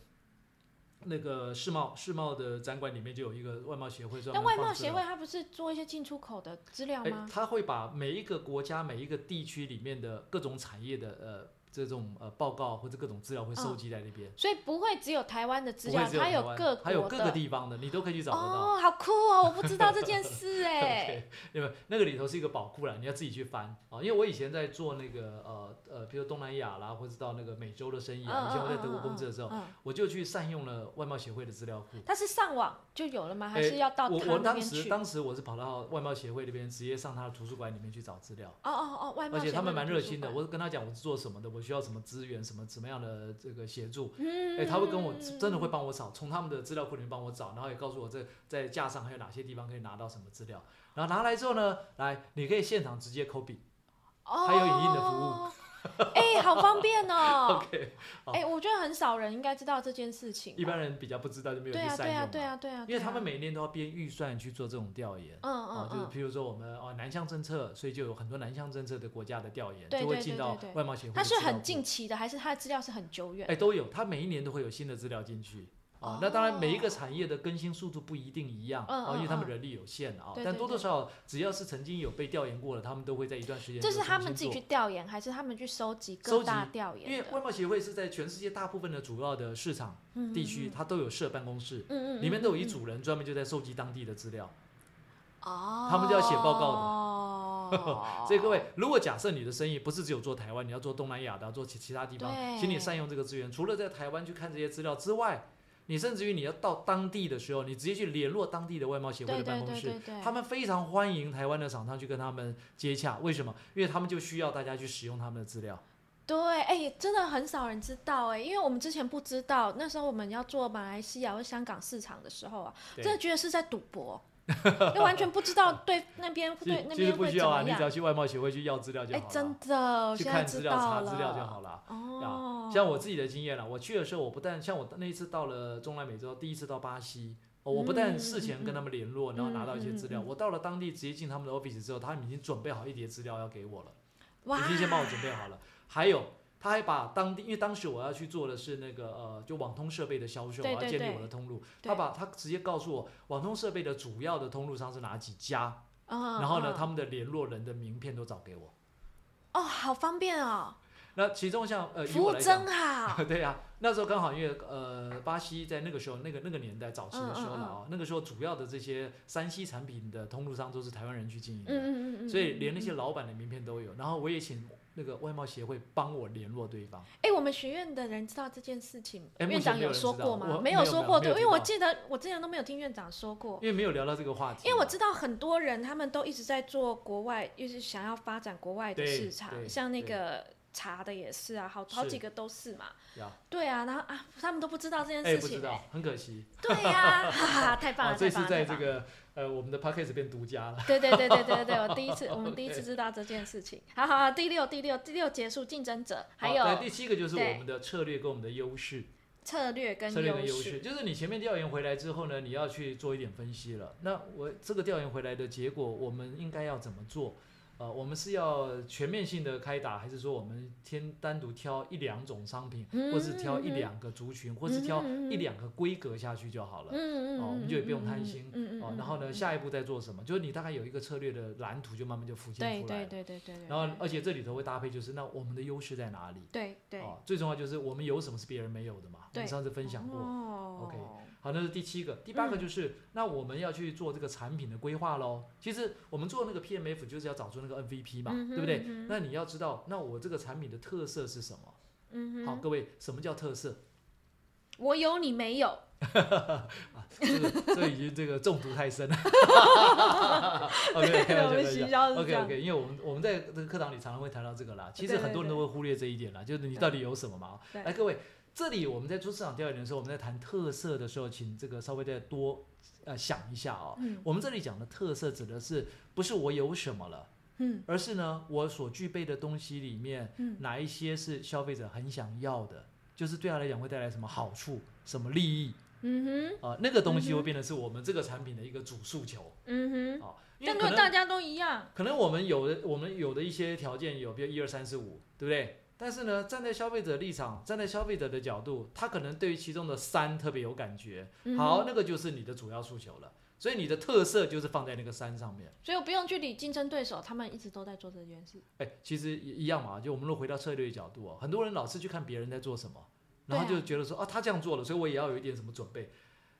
[SPEAKER 1] 那个世贸世贸的展馆里面就有一个外贸协会专
[SPEAKER 3] 但
[SPEAKER 1] 门
[SPEAKER 3] 外
[SPEAKER 1] 放
[SPEAKER 3] 贸
[SPEAKER 1] 资
[SPEAKER 3] 协
[SPEAKER 1] 料
[SPEAKER 3] 会它不是做一些进出口的资料
[SPEAKER 1] 哎
[SPEAKER 3] 吗，？
[SPEAKER 1] 他会把每一个国家、每一个地区里面的各种产业的呃这种呃报告或者各种资料会收
[SPEAKER 3] 嗯
[SPEAKER 1] 集在那边，
[SPEAKER 3] 所以不会只有台湾的资
[SPEAKER 1] 不会
[SPEAKER 3] 料，
[SPEAKER 1] 只有
[SPEAKER 3] 它
[SPEAKER 1] 台
[SPEAKER 3] 有
[SPEAKER 1] 湾
[SPEAKER 3] 各
[SPEAKER 1] 还有
[SPEAKER 3] 国
[SPEAKER 1] 各个
[SPEAKER 3] 的。
[SPEAKER 1] 地方的，你都可以去找得到。
[SPEAKER 3] 哦，好酷哦！我不知道这件事 哎
[SPEAKER 1] OK，。因为那个里头是一个宝库啦，你要自己去翻啊。因为我以前在做那个呃呃，比如东南亚啦，或者到那个美洲的生意啊，以前我在德国公司的时候，
[SPEAKER 3] 嗯嗯嗯嗯嗯
[SPEAKER 1] 我就去善用了外贸协会的资料库。
[SPEAKER 3] 它是上网就有了吗？还
[SPEAKER 1] 诶
[SPEAKER 3] 是要到
[SPEAKER 1] 我
[SPEAKER 3] 他
[SPEAKER 1] 我
[SPEAKER 3] 那
[SPEAKER 1] 当
[SPEAKER 3] 边
[SPEAKER 1] 时
[SPEAKER 3] 去？
[SPEAKER 1] 当时我是跑到外贸协会那边，直接上他的图书馆里面去找资料。
[SPEAKER 3] 哦哦哦，外贸
[SPEAKER 1] 而
[SPEAKER 3] 协
[SPEAKER 1] 且
[SPEAKER 3] 会
[SPEAKER 1] 他们蛮
[SPEAKER 3] 图
[SPEAKER 1] 热
[SPEAKER 3] 书
[SPEAKER 1] 心的，
[SPEAKER 3] 馆
[SPEAKER 1] 我跟他讲我是做什么的，我需要什么资源，什么什么样的这个协助，
[SPEAKER 3] 嗯，
[SPEAKER 1] 哎，他会跟我真的会帮我找，从他们的资料库里面帮我找，然后也告诉我这在架上还有哪些地方可以拿到什么资料，然后拿来之后呢，来你可以现场直接 copy，
[SPEAKER 3] 哦，
[SPEAKER 1] 还有影音的服务
[SPEAKER 3] 务。哎，好方便哦！
[SPEAKER 1] OK，好
[SPEAKER 3] 哎，我觉得很少人应该知道这件事情吧。啊
[SPEAKER 1] 一般人比较不知道就没有
[SPEAKER 3] 对
[SPEAKER 1] 去
[SPEAKER 3] 啊，
[SPEAKER 1] 善
[SPEAKER 3] 对
[SPEAKER 1] 用
[SPEAKER 3] 啊，
[SPEAKER 1] 嘛，
[SPEAKER 3] 对啊，对啊，
[SPEAKER 1] 因为他
[SPEAKER 3] 对
[SPEAKER 1] 们
[SPEAKER 3] 啊
[SPEAKER 1] 每年都要编预算去做这种调研。
[SPEAKER 3] 嗯
[SPEAKER 1] 啊
[SPEAKER 3] 嗯，
[SPEAKER 1] 就是
[SPEAKER 3] 嗯，
[SPEAKER 1] 譬如说我们哦南向政策，所以就有很多南向政策的国家的调研，
[SPEAKER 3] 对
[SPEAKER 1] 就会
[SPEAKER 3] 对
[SPEAKER 1] 进
[SPEAKER 3] 对
[SPEAKER 1] 到
[SPEAKER 3] 对对
[SPEAKER 1] 外贸协会。
[SPEAKER 3] 它是很近，期的，还是它的资料是很久远？
[SPEAKER 1] 哎，都有，它每一年都会有新的资料进去。啊、那当然，每一个产业的更新速度不一定一样，
[SPEAKER 3] 哦嗯
[SPEAKER 1] 啊，因为他们
[SPEAKER 3] 嗯嗯
[SPEAKER 1] 人力有限啊，
[SPEAKER 3] 对
[SPEAKER 1] 但
[SPEAKER 3] 对
[SPEAKER 1] 多多
[SPEAKER 3] 对
[SPEAKER 1] 少少只要是曾经有被调研过的，他们都会在一段时间。
[SPEAKER 3] 这是他们自己去调研，还是他们去收集
[SPEAKER 1] 收
[SPEAKER 3] 各
[SPEAKER 1] 集
[SPEAKER 3] 大调研
[SPEAKER 1] 因为
[SPEAKER 3] 的
[SPEAKER 1] 外贸协会是在全世界大部分的主要的市场
[SPEAKER 3] 嗯
[SPEAKER 1] 地区，它都有设办公室，
[SPEAKER 3] 嗯嗯嗯，
[SPEAKER 1] 里面都有一
[SPEAKER 3] 嗯
[SPEAKER 1] 组人专门就在收集当地的资料。
[SPEAKER 3] 哦，
[SPEAKER 1] 他们就要写报告的
[SPEAKER 3] 哦
[SPEAKER 1] 所以各位，如果假设你的生意不是只有做台湾，你要做东南亚的，做其其他地方，
[SPEAKER 3] 对
[SPEAKER 1] 请你善用这个资源。除了在台湾去看这些资料之外，你甚至于你要到当地的时候，你直接去联络当地的外贸协会
[SPEAKER 3] 对
[SPEAKER 1] 的办
[SPEAKER 3] 对
[SPEAKER 1] 公
[SPEAKER 3] 对
[SPEAKER 1] 室。
[SPEAKER 3] 对对，
[SPEAKER 1] 他们非常欢迎台湾的厂商去跟他们接洽，为什么？因为他们就需要大家去使用他们的资料。
[SPEAKER 3] 对，哎、真的很少人知道哎、因为我们之前不知道，那时候我们要做马来西亚或香港市场的时候啊，
[SPEAKER 1] 对
[SPEAKER 3] 真的觉得是在赌博， 因为完全不知道对那边
[SPEAKER 1] 其
[SPEAKER 3] 对那
[SPEAKER 1] 其实
[SPEAKER 3] 边
[SPEAKER 1] 不
[SPEAKER 3] 会
[SPEAKER 1] 需
[SPEAKER 3] 怎
[SPEAKER 1] 要啊，
[SPEAKER 3] 么
[SPEAKER 1] 你只要
[SPEAKER 3] 样。
[SPEAKER 1] 去外贸协会去要资料就
[SPEAKER 3] 哎、
[SPEAKER 1] 好了，
[SPEAKER 3] 真的，我
[SPEAKER 1] 去
[SPEAKER 3] 现在
[SPEAKER 1] 看资
[SPEAKER 3] 知
[SPEAKER 1] 料、查
[SPEAKER 3] 道
[SPEAKER 1] 资料就好了。
[SPEAKER 3] 哦，
[SPEAKER 1] 像我自己的经验啦，我去的时候，我不但像我那一次到了中南美洲，第一次到巴西，哦我不但
[SPEAKER 3] 嗯
[SPEAKER 1] 事前跟他们联络，然后拿到一些资料，
[SPEAKER 2] 嗯嗯嗯
[SPEAKER 1] 我到了当地直接进他们的 office 之后，他们已经准备好一叠资料要给我了，
[SPEAKER 3] 哇，
[SPEAKER 1] 已经先帮我准备好了。还有，他还把当地，因为当时我要去做的是那个呃，就网通设备的销售，
[SPEAKER 3] 对
[SPEAKER 1] 我要
[SPEAKER 3] 对
[SPEAKER 1] 建
[SPEAKER 3] 对
[SPEAKER 1] 立我的通路。
[SPEAKER 3] 对
[SPEAKER 1] 他把他直接告诉我网通设备的主要的通路商是哪几家，
[SPEAKER 3] 嗯，
[SPEAKER 1] 然后呢，
[SPEAKER 3] 嗯
[SPEAKER 1] 他们的联络人的名片都找给我。
[SPEAKER 3] 哦，好方便哦，
[SPEAKER 1] 那其中像呃，以
[SPEAKER 3] 服
[SPEAKER 1] 我
[SPEAKER 3] 务
[SPEAKER 1] 来讲
[SPEAKER 3] 真， 好，
[SPEAKER 1] 对呀、那时候刚好因为呃，巴西在那个时候那个那个年代早期的时候
[SPEAKER 3] 嗯嗯
[SPEAKER 1] 了啊、那个时候主要的这些山西产品的通路商都是台湾人去经营
[SPEAKER 3] 嗯
[SPEAKER 1] 的，
[SPEAKER 3] 嗯嗯嗯，
[SPEAKER 1] 所以
[SPEAKER 3] 嗯
[SPEAKER 1] 连那
[SPEAKER 3] 嗯
[SPEAKER 1] 些
[SPEAKER 3] 嗯
[SPEAKER 1] 老板的名片都有。然后我也请那个外贸协会帮我联络对方，
[SPEAKER 3] 哎、我们学院的人知道这件事情，
[SPEAKER 1] 哎目
[SPEAKER 3] 院
[SPEAKER 1] 前
[SPEAKER 3] 长
[SPEAKER 1] 没有人
[SPEAKER 3] 说
[SPEAKER 1] 知道
[SPEAKER 3] 过吗？
[SPEAKER 1] 我没
[SPEAKER 3] 没
[SPEAKER 1] 有
[SPEAKER 3] 说
[SPEAKER 1] 没有
[SPEAKER 3] 过
[SPEAKER 1] 没有
[SPEAKER 3] 对，因为
[SPEAKER 1] 听
[SPEAKER 3] 我
[SPEAKER 1] 到
[SPEAKER 3] 记得我之前都没有听院长说过。
[SPEAKER 1] 因为没有聊到这个话题嘛。
[SPEAKER 3] 哦因为我知道很多人他们都一直在做国外，又是想要发展国外的
[SPEAKER 1] 对
[SPEAKER 3] 市场，
[SPEAKER 1] 对
[SPEAKER 3] 像那
[SPEAKER 1] 对
[SPEAKER 3] 个茶的也是啊，好好几个都是嘛。
[SPEAKER 1] 呀
[SPEAKER 3] 对啊，然后啊，他们都不知道这件
[SPEAKER 1] 哎，
[SPEAKER 3] 事
[SPEAKER 1] 不知
[SPEAKER 3] 情、
[SPEAKER 1] 道，很可惜
[SPEAKER 3] 对呀、哈哈，太棒
[SPEAKER 1] 啊，
[SPEAKER 3] 了，
[SPEAKER 1] 这
[SPEAKER 3] 太棒
[SPEAKER 1] 次在
[SPEAKER 3] 了，太
[SPEAKER 1] 这
[SPEAKER 3] 棒了。
[SPEAKER 1] 个呃我们的 p a c k a g e 变独家了。
[SPEAKER 3] 对对对对对对， 我第一次，我们第一次知道这件事情。好好好，第六第六第六结束竞争者，还
[SPEAKER 1] 好来
[SPEAKER 3] 有
[SPEAKER 1] 第七个就是
[SPEAKER 3] 对
[SPEAKER 1] 我们的策略跟我们的优势，
[SPEAKER 3] 策略跟
[SPEAKER 1] 策略跟优
[SPEAKER 3] 势
[SPEAKER 1] 势，。就是你前面调研回来之后呢，你要去做一点分析了。那我这个调研回来的结果，我们应该要怎么做？呃，我们是要全面性的开打，还是说我们先单独挑一两种商品，
[SPEAKER 3] 嗯
[SPEAKER 1] 或是挑一
[SPEAKER 3] 嗯嗯
[SPEAKER 1] 两个族群，或是挑
[SPEAKER 3] 嗯嗯嗯
[SPEAKER 1] 一两个规格下去就好了？
[SPEAKER 3] 嗯嗯，
[SPEAKER 1] 哦我们就也不用贪心
[SPEAKER 3] 嗯嗯
[SPEAKER 1] 哦，然后呢，下一步再做什么？就是你大概有一个策略的蓝图，就慢慢就浮
[SPEAKER 3] 对
[SPEAKER 1] 现出来
[SPEAKER 3] 对
[SPEAKER 1] 了。
[SPEAKER 3] 对对对，
[SPEAKER 1] 然后，而且这里头会搭配，就是那我们的优势在哪里？
[SPEAKER 3] 对对
[SPEAKER 1] 哦，最重要就是我们有什么是别人没有的嘛？我
[SPEAKER 3] 对
[SPEAKER 1] 们上次分享过。
[SPEAKER 3] 哦
[SPEAKER 1] OK 好，那是第七个，第八个
[SPEAKER 3] 嗯
[SPEAKER 1] 就是、那我们要去做这个产品的规划喽。其实我们做那个 PMF 就是要找出那个 MVP 嘛，
[SPEAKER 3] 嗯哼
[SPEAKER 1] 对不对？
[SPEAKER 3] 嗯哼
[SPEAKER 1] 那你要知道，那我这个产品的特色是什么？
[SPEAKER 3] 嗯
[SPEAKER 1] 好，
[SPEAKER 3] 哼，
[SPEAKER 1] 各位，什么叫特色？
[SPEAKER 3] 我有你没有，
[SPEAKER 1] 哦这个这已经这个中毒太深了。OK，开玩笑， 开
[SPEAKER 3] 我们
[SPEAKER 1] 玩笑。
[SPEAKER 3] 行销是这
[SPEAKER 1] OK
[SPEAKER 3] 样
[SPEAKER 1] OK，因为我们我们在这个课堂里常常会谈到这个啦，其实
[SPEAKER 3] 对对
[SPEAKER 1] 很多人都会忽略这一点啦，就是你到底有什么嘛？
[SPEAKER 3] 对
[SPEAKER 1] 来，各位，这里我们在做市场调研的时候，我们在谈特色的时候，请这个稍微再多呃想一下哦。
[SPEAKER 3] 嗯
[SPEAKER 1] 我们这里讲的特色指的是不是我有什么了，
[SPEAKER 3] 嗯
[SPEAKER 1] 而是呢我所具备的东西里面
[SPEAKER 3] 嗯
[SPEAKER 1] 哪一些是消费者很想要的，就是对他来讲会带来什么好处、什么利益。
[SPEAKER 3] 嗯哼
[SPEAKER 1] 啊，那个东西
[SPEAKER 3] 嗯哼
[SPEAKER 1] 会变得是我们这个产品的一个主诉求
[SPEAKER 3] 嗯哼，
[SPEAKER 1] 啊，因为
[SPEAKER 3] 但
[SPEAKER 1] 可
[SPEAKER 3] 如果大
[SPEAKER 1] 能
[SPEAKER 3] 家都一样，
[SPEAKER 1] 可能我们有的我们有的一些条件有，比如一二三四五，对不对？但是呢，站在消费者立场，站在消费者的角度，他可能对于其中的三特别有感觉，
[SPEAKER 3] 嗯
[SPEAKER 1] 好，
[SPEAKER 3] 哼，
[SPEAKER 1] 那个就是你的主要诉求了。所以你的特色就是放在那个三上面。
[SPEAKER 3] 所以我不用去理竞争对手，他们一直都在做这件事，
[SPEAKER 1] 哎，其实也一样嘛，就我们若回到策略角度啊，很多人老是去看别人在做什么，然后
[SPEAKER 3] 对啊
[SPEAKER 1] 就觉得说啊，他这样做了，所以我也要有一点什么准备。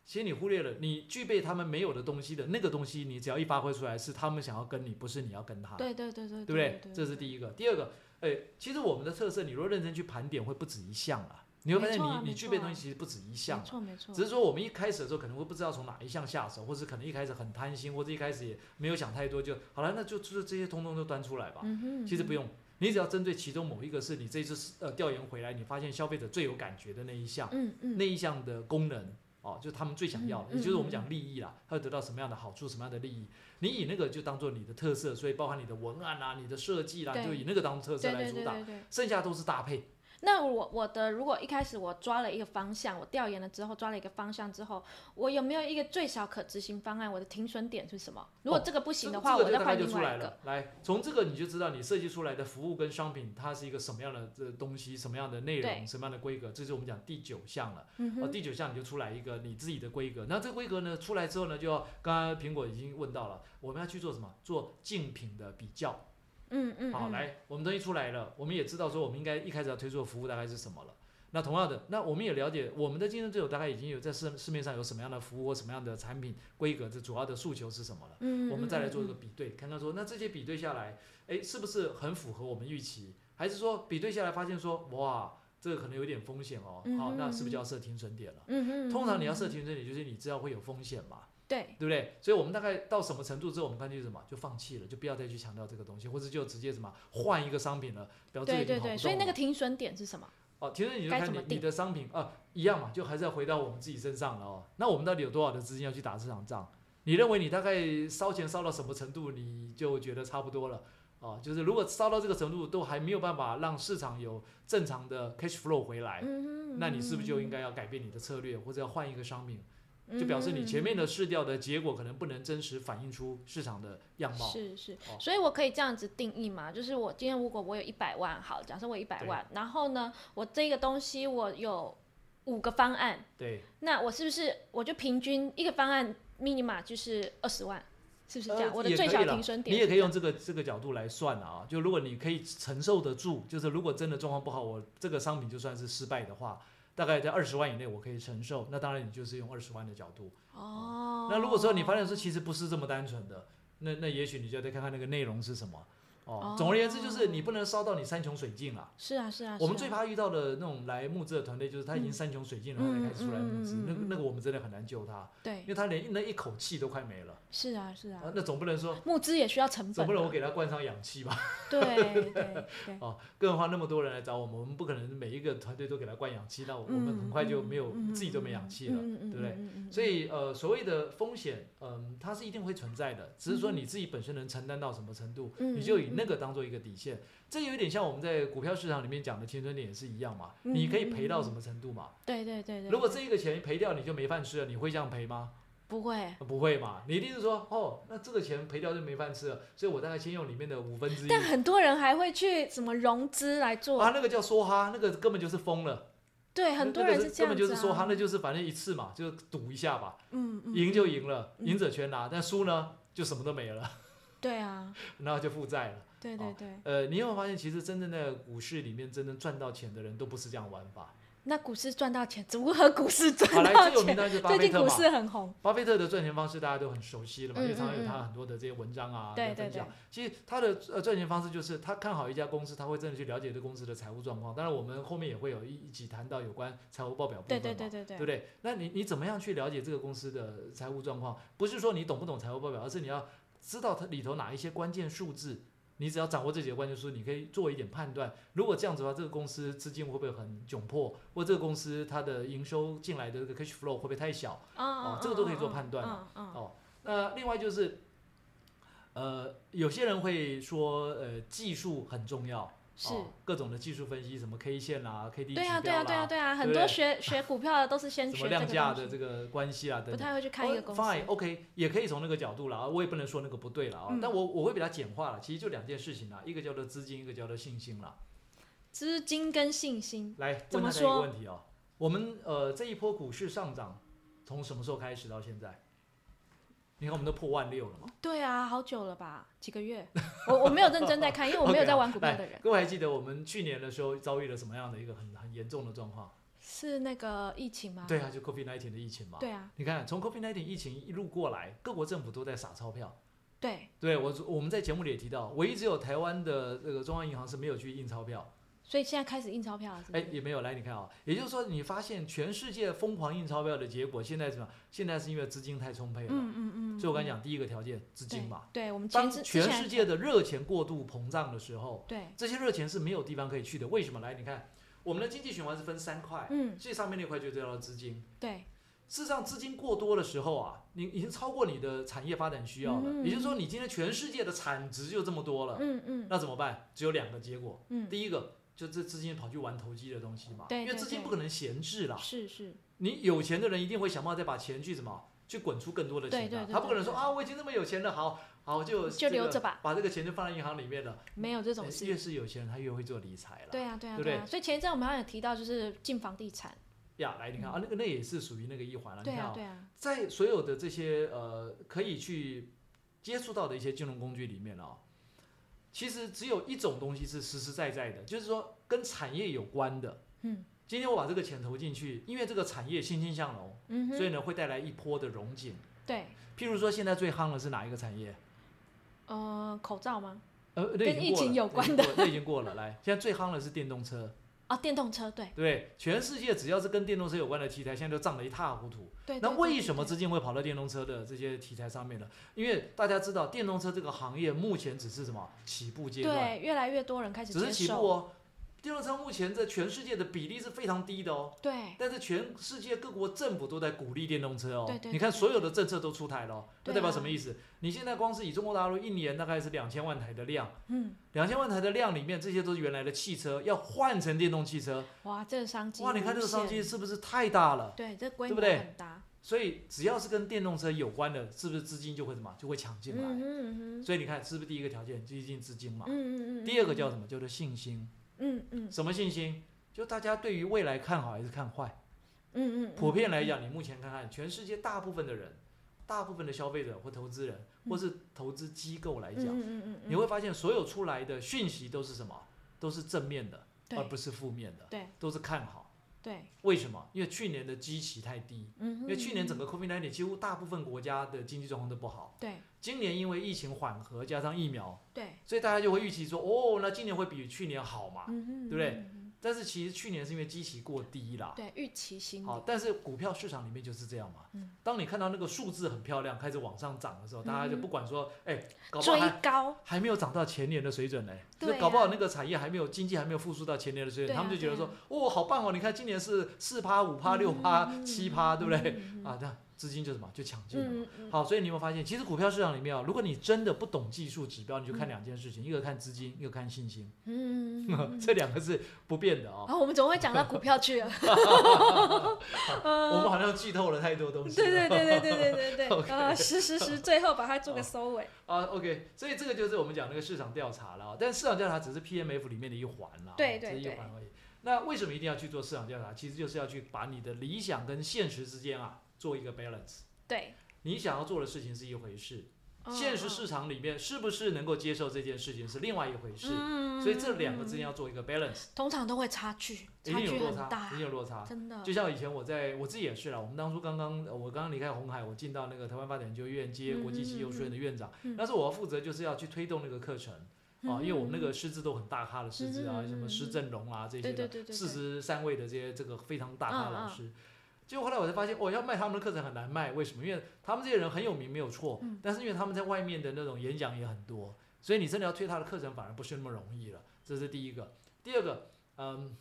[SPEAKER 1] 其实你忽略了，你具备他们没有的东西的那个东西，你只要一发挥出来，是他们想要跟你，不是你要跟他，
[SPEAKER 3] 对对对对，
[SPEAKER 1] 啊对不
[SPEAKER 3] 对
[SPEAKER 1] 对？？这是第一个。第二个，哎，其实我们的特色，你如果认真去盘点，会不止一项啦。你会发现
[SPEAKER 3] 没
[SPEAKER 1] 你、
[SPEAKER 3] 错啊没
[SPEAKER 1] 你具备的
[SPEAKER 3] 错啊
[SPEAKER 1] 东西其实不止一项
[SPEAKER 3] 没
[SPEAKER 1] 啦，
[SPEAKER 3] 错没错，
[SPEAKER 1] 只是说我们一开始的时候可能会不知道从哪一项下手，或者可能一开始很贪心，或者一开始也没有想太多，就好了，那就就是这些通通都端出来吧。
[SPEAKER 3] 嗯哼，
[SPEAKER 1] 其实不
[SPEAKER 3] 用，
[SPEAKER 1] 用，你只要针对其中某一个是你这一次呃调研回来，你发现消费者最有感觉的那一项，
[SPEAKER 3] 嗯嗯，
[SPEAKER 1] 那一项的功能哦，就是他们最想要的，
[SPEAKER 3] 嗯
[SPEAKER 1] 也就是我们讲利益啦，他会得到什么样的好处，什么样的利益，你以那个就当做你的特色，所以包含你的文案啊啦、你的设计啦，
[SPEAKER 3] 对
[SPEAKER 1] 就以那个当特色
[SPEAKER 3] 对
[SPEAKER 1] 来
[SPEAKER 3] 对
[SPEAKER 1] 主
[SPEAKER 3] 对
[SPEAKER 1] 打，
[SPEAKER 3] 对对。
[SPEAKER 1] 剩下都是搭配。
[SPEAKER 3] 那我我的如果一开始我抓了一个方向，我调研了之后抓了一个方向之后，我有没有一个最小可执行方案？我的停损点是什么？如果这个不行的话，
[SPEAKER 1] 哦这这
[SPEAKER 3] 我
[SPEAKER 1] 个就大
[SPEAKER 3] 再
[SPEAKER 1] 概
[SPEAKER 3] 换
[SPEAKER 1] 就
[SPEAKER 3] 另
[SPEAKER 1] 出
[SPEAKER 3] 外
[SPEAKER 1] 来
[SPEAKER 3] 一个。
[SPEAKER 1] 了。来，从这个你就知道你设计出来的服务跟商品，它是一个什么样的这东西，什么样的内
[SPEAKER 3] 对
[SPEAKER 1] 容，什么样的规格，这是我们讲第九项了。
[SPEAKER 3] 嗯
[SPEAKER 1] 呃，
[SPEAKER 3] 哼，
[SPEAKER 1] 第九项你就出来一个你自己的规格，那这个规格呢出来之后呢，就要刚刚苹果已经问到了，我们要去做什么？做竞品的比较。
[SPEAKER 3] 嗯嗯，
[SPEAKER 1] 好，
[SPEAKER 3] 嗯，
[SPEAKER 1] 来，我们东西出来了，我们也知道说我们应该一开始要推出的服务大概是什么了。那同样的，那我们也了解我们的竞争对手大概已经有在市市面上有什么样的服务或什么样的产品规格，这主要的诉求是什么了。
[SPEAKER 3] 嗯，
[SPEAKER 1] 我们再来做一
[SPEAKER 3] 嗯
[SPEAKER 1] 个比对，看看说那这些比对下来，哎，是不是很符合我们预期？还是说比对下来发现说，哇，这个可能有点风险哦，
[SPEAKER 3] 嗯
[SPEAKER 1] 好，那
[SPEAKER 3] 嗯
[SPEAKER 1] 是不是
[SPEAKER 3] 嗯
[SPEAKER 1] 就要设停损点了？
[SPEAKER 3] 嗯哼，
[SPEAKER 1] 通常你要
[SPEAKER 3] 嗯
[SPEAKER 1] 设
[SPEAKER 3] 嗯
[SPEAKER 1] 停损点，就是你知道会有风险嘛，
[SPEAKER 3] 对，
[SPEAKER 1] 对不对？所以我们大概到什么程度之后，我们干脆什么就放弃了，就不要再去强调这个东西，或者就直接什么换一哦个商品了，表示
[SPEAKER 3] 对
[SPEAKER 1] 已经
[SPEAKER 3] 对
[SPEAKER 1] 跑不动了。
[SPEAKER 3] 对，所以那个停损点是什么？
[SPEAKER 1] 哦，其实你就
[SPEAKER 3] 该
[SPEAKER 1] 看
[SPEAKER 3] 怎
[SPEAKER 1] 你
[SPEAKER 3] 么
[SPEAKER 1] 你
[SPEAKER 3] 定
[SPEAKER 1] 的商品啊一样嘛，就还是要回到我们自己身上了哦。那我们到底有多少的资金要去打这场仗？你认为你大概烧钱烧到什么程度，你就觉得差不多了？哦，就是如果烧到这个程度都还没有办法让市场有正常的 cash flow 回来，
[SPEAKER 3] 嗯哼，
[SPEAKER 1] 那你是不是就应
[SPEAKER 3] 该
[SPEAKER 1] 该要改变你的策略，或者要换一个商品？就表示你前
[SPEAKER 3] 嗯
[SPEAKER 1] 面的试调的结果可能不能真实反映出市场的样貌。
[SPEAKER 3] 嗯是是
[SPEAKER 1] 哦，
[SPEAKER 3] 所以我可以这样子定义嘛，就是我今天如果我有一百万，好，假设我一百万，然后呢，我这个东西我有五个方案，
[SPEAKER 1] 对，
[SPEAKER 3] 那我是不是我就平均一个方案 minima 就是二十万，是不是这样？
[SPEAKER 1] 呃
[SPEAKER 3] 我的
[SPEAKER 1] 也
[SPEAKER 3] 最
[SPEAKER 1] 可
[SPEAKER 3] 小
[SPEAKER 1] 以啦
[SPEAKER 3] 停损点
[SPEAKER 1] 你也
[SPEAKER 3] 是
[SPEAKER 1] 可以
[SPEAKER 3] 这
[SPEAKER 1] 用
[SPEAKER 3] 样
[SPEAKER 1] 这个这个角度来算啊。就如果你可以承受得住，就是如果真的状况不好，我这个商品就算是失败的话，大概在二十万以内我可以承受。那当然你就是用二十万的角度。
[SPEAKER 3] 哦。
[SPEAKER 1] 那如果说你发现说其实不是这么单纯的，那那也许你就要再看看那个内容是什么。哦
[SPEAKER 3] 哦，
[SPEAKER 1] 总而言之就是你不能烧到你山穷水尽啊。
[SPEAKER 3] 是啊是啊，
[SPEAKER 1] 我们
[SPEAKER 3] 是
[SPEAKER 1] 最
[SPEAKER 3] 啊
[SPEAKER 1] 怕遇到的那种来募资的团队，就是他已经山穷水尽了，
[SPEAKER 3] 嗯
[SPEAKER 1] 他才开始出来募资
[SPEAKER 3] 嗯嗯嗯嗯，
[SPEAKER 1] 那个
[SPEAKER 3] 嗯
[SPEAKER 1] 那个我们真的很难救他，
[SPEAKER 3] 对
[SPEAKER 1] 因为他连那一口气都快没了。
[SPEAKER 3] 是啊是啊
[SPEAKER 1] 啊，那总不能说，
[SPEAKER 3] 募资也需要成
[SPEAKER 1] 总不
[SPEAKER 3] 本
[SPEAKER 1] 能我
[SPEAKER 3] 啊，
[SPEAKER 1] 给他灌上氧气吧？ ，
[SPEAKER 3] 对对对
[SPEAKER 1] 哦，更何况那么多人来找我们，我们不可能每一个团队都给他灌氧气，那我我们很快就没
[SPEAKER 3] 嗯
[SPEAKER 1] 有自己都没氧气了。对不对
[SPEAKER 3] 对
[SPEAKER 1] 所以呃，所谓的风险，嗯、它是一定会存在的，只是说你自己本身能承担到什么程度，
[SPEAKER 3] 嗯
[SPEAKER 1] 你就以那个当做一个底线。这有点像我们在股票市场里面讲的停损点也是一样嘛，
[SPEAKER 3] 嗯
[SPEAKER 1] 你可以赔到什么程度嘛？
[SPEAKER 3] 对对对对，
[SPEAKER 1] 如果
[SPEAKER 3] 对
[SPEAKER 1] 这一个钱赔掉，你就没饭吃了，你会这样赔吗？
[SPEAKER 3] 不会，
[SPEAKER 1] 不会嘛，你一定是说哦，那这个钱赔掉就没饭吃了，所以我大概先用里面的五分之一。
[SPEAKER 3] 但很多人还会去什么融资来做，
[SPEAKER 1] 啊，那个叫梭哈，那个根本就是疯了。
[SPEAKER 3] 对，很多人
[SPEAKER 1] 那个
[SPEAKER 3] 这
[SPEAKER 1] 根
[SPEAKER 3] 样
[SPEAKER 1] 本就
[SPEAKER 3] 子啊
[SPEAKER 1] 是梭哈，那就是反正一次嘛，就赌一下吧，
[SPEAKER 3] 嗯嗯，
[SPEAKER 1] 赢就赢了，
[SPEAKER 3] 嗯
[SPEAKER 1] 赢者全拿，但输呢就什么都没了，
[SPEAKER 3] 对啊，
[SPEAKER 1] 然后就负债了。
[SPEAKER 3] 对对对，
[SPEAKER 1] 呃，你有没有发现，其实真正在股市里面真正赚到钱的人都不是这样玩 法。
[SPEAKER 3] 那股市赚到钱，如何股市赚
[SPEAKER 1] 好，来
[SPEAKER 3] 到
[SPEAKER 1] 最有名
[SPEAKER 3] 钱？
[SPEAKER 1] 当然就是巴
[SPEAKER 3] 最
[SPEAKER 1] 菲
[SPEAKER 3] 近
[SPEAKER 1] 特
[SPEAKER 3] 股
[SPEAKER 1] 嘛。
[SPEAKER 3] 市很红，
[SPEAKER 1] 巴菲特的赚钱方式大家都很熟悉了嘛，
[SPEAKER 3] 嗯
[SPEAKER 1] 因为常常有
[SPEAKER 3] 嗯
[SPEAKER 1] 他
[SPEAKER 3] 嗯
[SPEAKER 1] 很多的这些文章啊
[SPEAKER 3] 对
[SPEAKER 1] 在分
[SPEAKER 3] 对
[SPEAKER 1] 享
[SPEAKER 3] 对。
[SPEAKER 1] 其实他的呃赚钱方式就是他看好一家公司，他会真的去了解这公司的财务状况。当然，我们后面也会有一一起谈到有关财务报表部分
[SPEAKER 3] 对
[SPEAKER 1] 嘛。
[SPEAKER 3] 对对对
[SPEAKER 1] 对不
[SPEAKER 3] 对，
[SPEAKER 1] 对？那你你怎么样去了解这个公司的财务状况？不是说你懂不懂财务报表，而是你要知道它里头哪一些关键数字。你只要掌握这几个关键数字，你可以做一点判断。如果这样子的话，这个公司资金会不会很窘迫，或这个公司它的营收进来的这个 cash flow 会不会太小？
[SPEAKER 3] 啊
[SPEAKER 1] 哦这个都可以做判断
[SPEAKER 3] 嗯嗯，嗯
[SPEAKER 1] 哦，那另外就是，呃，有些人会说，呃，技术很重要，
[SPEAKER 3] 是。
[SPEAKER 1] 哦、各种的技术分析，什么 K 线啦、K D 指
[SPEAKER 3] 对
[SPEAKER 1] 标啦、
[SPEAKER 3] 啊，对啊，对啊，对啊，很
[SPEAKER 1] 对不对
[SPEAKER 3] 多学学股票的都是先
[SPEAKER 1] 什
[SPEAKER 3] 学
[SPEAKER 1] 么
[SPEAKER 3] 这
[SPEAKER 1] 量价
[SPEAKER 3] 个
[SPEAKER 1] 的
[SPEAKER 3] 东西，
[SPEAKER 1] 这个关系啊等
[SPEAKER 3] 不
[SPEAKER 1] 等。
[SPEAKER 3] 太会去看一个公司。
[SPEAKER 1] fine OK，也可以从那个角度啦，我也不能说那个不对啦啊、
[SPEAKER 3] 嗯
[SPEAKER 1] 但我我会比它简化了。其实就两件事情啦，一个叫做资金，一个叫做信心啦。
[SPEAKER 3] 资金跟信心，
[SPEAKER 1] 来
[SPEAKER 3] 怎
[SPEAKER 1] 问
[SPEAKER 3] 么
[SPEAKER 1] 大家一个
[SPEAKER 3] 说
[SPEAKER 1] 问题哦，我们呃这一波股市上涨从什么时候开始到现在？你看我们都破万六了嘛？
[SPEAKER 3] 对啊，好久了吧，几个月，我我没有认真在看，因为我没 有
[SPEAKER 1] OK，
[SPEAKER 3] 在
[SPEAKER 1] 好
[SPEAKER 3] 玩股票
[SPEAKER 1] 来
[SPEAKER 3] 的人，
[SPEAKER 1] 各位还记得我们去年的时候遭遇了什么样的一个很很严重的状况？
[SPEAKER 3] 是那个疫情吗？
[SPEAKER 1] 对啊，就 COVID-19 的疫情嘛。
[SPEAKER 3] 对啊，
[SPEAKER 1] 你看，从 COVID-19 疫情一路过来，各国政府都在撒钞票。
[SPEAKER 3] 对，
[SPEAKER 1] 对我，我们在节目里也提到，唯一只有台湾的这个中央银行是没有去印钞票，
[SPEAKER 3] 所以现在开始印钞票了，是不
[SPEAKER 1] 哎，
[SPEAKER 3] 是？
[SPEAKER 1] 也没有来。你看啊、也就是说，你发现全世界疯狂印钞票的结果，现在怎么样？现在是因为资金太充沛了。
[SPEAKER 3] 嗯嗯嗯，
[SPEAKER 1] 所以我刚才
[SPEAKER 3] 嗯
[SPEAKER 1] 讲，第一个条件，资金嘛。
[SPEAKER 3] 对，对我们
[SPEAKER 1] 当
[SPEAKER 3] 前之之
[SPEAKER 1] 全
[SPEAKER 3] 前
[SPEAKER 1] 世界的热钱过度膨胀的时候，
[SPEAKER 3] 对，
[SPEAKER 1] 这些热钱是没有地方可以去的。为什么？来，你看，我们的经济循环是分三块，
[SPEAKER 3] 嗯
[SPEAKER 1] 最上面那块就叫做资金。
[SPEAKER 3] 对，
[SPEAKER 1] 事实上，资金过多的时候啊，你已经超过你的产业发展需要了。
[SPEAKER 3] 嗯
[SPEAKER 1] 也就是说，你今天全世界的产值就这么多了，
[SPEAKER 3] 嗯嗯
[SPEAKER 1] 那怎么办？只有两个结果。
[SPEAKER 3] 嗯，
[SPEAKER 1] 第一个就这资金跑去玩投机的东西嘛，
[SPEAKER 3] 对
[SPEAKER 1] 因为
[SPEAKER 3] 对
[SPEAKER 1] 资金
[SPEAKER 3] 对
[SPEAKER 1] 不可能闲置啦。
[SPEAKER 3] 是是，
[SPEAKER 1] 你有钱的人一定会想办法再把钱去什么，去滚出更多的钱、啊。
[SPEAKER 3] 对对对
[SPEAKER 1] 他不可能
[SPEAKER 3] 对
[SPEAKER 1] 说
[SPEAKER 3] 对
[SPEAKER 1] 啊，我已经那么有钱了，好好就、
[SPEAKER 3] 就留着
[SPEAKER 1] 吧，
[SPEAKER 3] 吧，
[SPEAKER 1] 把这个钱就放在银行里面了。
[SPEAKER 3] 没有这种
[SPEAKER 1] 呃
[SPEAKER 3] 事
[SPEAKER 1] 越。是有钱人，他越会做理财了。
[SPEAKER 3] 对啊，对啊，
[SPEAKER 1] 对不
[SPEAKER 3] 对
[SPEAKER 1] 对
[SPEAKER 3] 啊。所以前一阵我们好像有提到，就是进房地产。
[SPEAKER 1] 呀，来你看啊，那个那也是属于那个一环了。
[SPEAKER 3] 嗯对
[SPEAKER 1] 你看
[SPEAKER 3] 啊
[SPEAKER 1] 啊，，
[SPEAKER 3] 对啊，
[SPEAKER 1] 在所有的这些呃可以去接触到的一些金融工具里面啊、其实只有一种东西是实实在在的，就是说跟产业有关的。
[SPEAKER 3] 嗯，
[SPEAKER 1] 今天我把这个钱投进去，因为这个产业欣欣向荣，
[SPEAKER 3] 嗯
[SPEAKER 1] 所以
[SPEAKER 3] 哼，
[SPEAKER 1] 呢会带来一波的荣景。
[SPEAKER 3] 对，
[SPEAKER 1] 譬如说，现在最夯的是哪一个产业？
[SPEAKER 3] 呃，口罩吗？
[SPEAKER 1] 呃，那已
[SPEAKER 3] 跟
[SPEAKER 1] 经
[SPEAKER 3] 疫
[SPEAKER 1] 过
[SPEAKER 3] 情
[SPEAKER 1] 了那已经
[SPEAKER 3] 有关
[SPEAKER 1] 过了
[SPEAKER 3] 的
[SPEAKER 1] 那已经过了。 来，现在最夯的是电动车，
[SPEAKER 3] 啊，电动车，对
[SPEAKER 1] 对，不对？全世界只要是跟电动车有关的题材，现在都涨得一塌糊涂。
[SPEAKER 3] 对。
[SPEAKER 1] 那
[SPEAKER 3] 对
[SPEAKER 1] 为
[SPEAKER 3] 对
[SPEAKER 1] 什么
[SPEAKER 3] 对
[SPEAKER 1] 资金会跑到电动车的这些题材上面呢？因为大家知道，电动车这个行业目前只是什么起步阶段，
[SPEAKER 3] 对越来越多人开始
[SPEAKER 1] 只是
[SPEAKER 3] 接
[SPEAKER 1] 起步
[SPEAKER 3] 受？
[SPEAKER 1] 哦。电动车目前在全世界的比例是非常低的哦，
[SPEAKER 3] 对，
[SPEAKER 1] 但是全世界各国政府都在鼓励电动车哦。
[SPEAKER 3] 对对
[SPEAKER 1] 你看
[SPEAKER 3] 对
[SPEAKER 1] 所有的政策都出台了哦，那
[SPEAKER 3] 对
[SPEAKER 1] 代表
[SPEAKER 3] 啊
[SPEAKER 1] 什么意思？你现在光是以中国大陆一年大概是两千万台的量。
[SPEAKER 3] 嗯，
[SPEAKER 1] 两千万台的量里面，这些都是原来的汽车，要换成电动汽车。
[SPEAKER 3] 哇，这个商机，
[SPEAKER 1] 哇，你看这个商机，是不是太大了？
[SPEAKER 3] 对，这规
[SPEAKER 1] 对不
[SPEAKER 3] 模
[SPEAKER 1] 对
[SPEAKER 3] 很大，
[SPEAKER 1] 所以只要是跟电动车有关的，是不是资金就会什么就会抢进来？
[SPEAKER 3] 嗯嗯嗯
[SPEAKER 1] 所以你看，是不是第一个条件就一定资金嘛？
[SPEAKER 3] 嗯嗯，
[SPEAKER 1] 第二个叫什么？叫做信心。
[SPEAKER 3] 嗯嗯
[SPEAKER 1] 什么信心？就大家对于未来看好还是看坏？
[SPEAKER 3] 嗯嗯，
[SPEAKER 1] 普遍来讲，你目前看看全世界大部分的人，大部分的消费者或投资人，或是投资机构来讲，
[SPEAKER 3] 嗯嗯嗯，
[SPEAKER 1] 你会发现所有出来的讯息都是什么？都是正面的，而
[SPEAKER 3] 对
[SPEAKER 1] 呃不是负面的，
[SPEAKER 3] 对
[SPEAKER 1] 都是看好。
[SPEAKER 3] 对，
[SPEAKER 1] 为什么？因为去年的基期太低，
[SPEAKER 3] 嗯，
[SPEAKER 1] 因为去年整个 COVID-19 几乎大部分国家的经济状况都不好。
[SPEAKER 3] 对
[SPEAKER 1] 今年因为疫情缓和，加上疫苗，
[SPEAKER 3] 对，
[SPEAKER 1] 所以大家就会预期说，哦，那今年会比去年好嘛？
[SPEAKER 3] 嗯
[SPEAKER 1] 对不对？但是其实去年是因为基期过低啦。
[SPEAKER 3] 对，预期心理，
[SPEAKER 1] 好，但是股票市场里面就是这样嘛。
[SPEAKER 3] 嗯
[SPEAKER 1] 当你看到那个数字很漂亮，开始往上涨的时候，大家就
[SPEAKER 3] 嗯
[SPEAKER 1] 不管说，哎、搞不好
[SPEAKER 3] 追
[SPEAKER 1] 还
[SPEAKER 3] 高，
[SPEAKER 1] 还没有涨到前年的水准呢、就
[SPEAKER 3] 对
[SPEAKER 1] 搞不好
[SPEAKER 3] 呀
[SPEAKER 1] 那个产业还没有经济还没有复苏到前年的水准，
[SPEAKER 3] 对
[SPEAKER 1] 他们
[SPEAKER 3] 呀
[SPEAKER 1] 就觉得
[SPEAKER 3] 对啊
[SPEAKER 1] 说
[SPEAKER 3] 呀，
[SPEAKER 1] 哦，好棒哦！你看今年是四趴、五趴、六趴、七趴，对不对？啊，那资金就什么就抢进了嘛。
[SPEAKER 3] 嗯嗯，
[SPEAKER 1] 好，所以你有没有发现，其实股票市场里面啊，如果你真的不懂技术指标，你就看两件事情，一个看资金，一个看信心，
[SPEAKER 3] 嗯，
[SPEAKER 1] 这两个是不变的哦。
[SPEAKER 3] 然后我们怎么会讲到股票 去了？哦
[SPEAKER 1] 我们好像剧透了太多东 西了。
[SPEAKER 3] 对对对对对 对对对，啊，是是是，最后把它做个收尾。
[SPEAKER 1] 啊，OK，所以这个就是我们讲那个市场调查了啊，但市场调查只是 PMF 里面的一环啦，哦
[SPEAKER 3] 对对
[SPEAKER 1] 只是一
[SPEAKER 3] 对
[SPEAKER 1] 环而已。那为什么一定要去做市场调查？其实就是要去把你的理想跟现实之间啊做一个 balance。
[SPEAKER 3] 对，
[SPEAKER 1] 你想要做的事情是一回事，
[SPEAKER 3] 嗯
[SPEAKER 1] 哦现实市场里面是不是能够接受这件事情是另外一回事。
[SPEAKER 3] 嗯
[SPEAKER 1] 所以这两个之间要做一个 balance，
[SPEAKER 3] 通常都会差距，
[SPEAKER 1] 一
[SPEAKER 3] 差
[SPEAKER 1] 定有
[SPEAKER 3] 距
[SPEAKER 1] 落
[SPEAKER 3] 很
[SPEAKER 1] 差，
[SPEAKER 3] 大
[SPEAKER 1] 一，定有落差。
[SPEAKER 3] 真的
[SPEAKER 1] 就。像以前我在我自己也是啦，我们当初刚刚呃我刚刚离开红海，我进到那个台湾发展研究院接国际企业书院的院长，
[SPEAKER 3] 嗯嗯嗯嗯
[SPEAKER 1] 那时候我要负责就是要去推动那个课程。啊，因为我们那个师资都很大咖的师资啊，
[SPEAKER 3] 嗯嗯嗯嗯
[SPEAKER 1] 什么施正荣啊这些
[SPEAKER 3] 对
[SPEAKER 1] 的，
[SPEAKER 3] 对对对对
[SPEAKER 1] 四十三位的这些这个非常大咖的老
[SPEAKER 3] 嗯嗯
[SPEAKER 1] 师。结果后来我才发现，哦，要卖他们的课程很难卖，为什么？因为他们这些人很有名没有错，
[SPEAKER 3] 嗯
[SPEAKER 1] 但是因为他们在外面的那种演讲也很多，所以你真的要推他的课程反而不是那么容易了。这是第一个。第二个，嗯，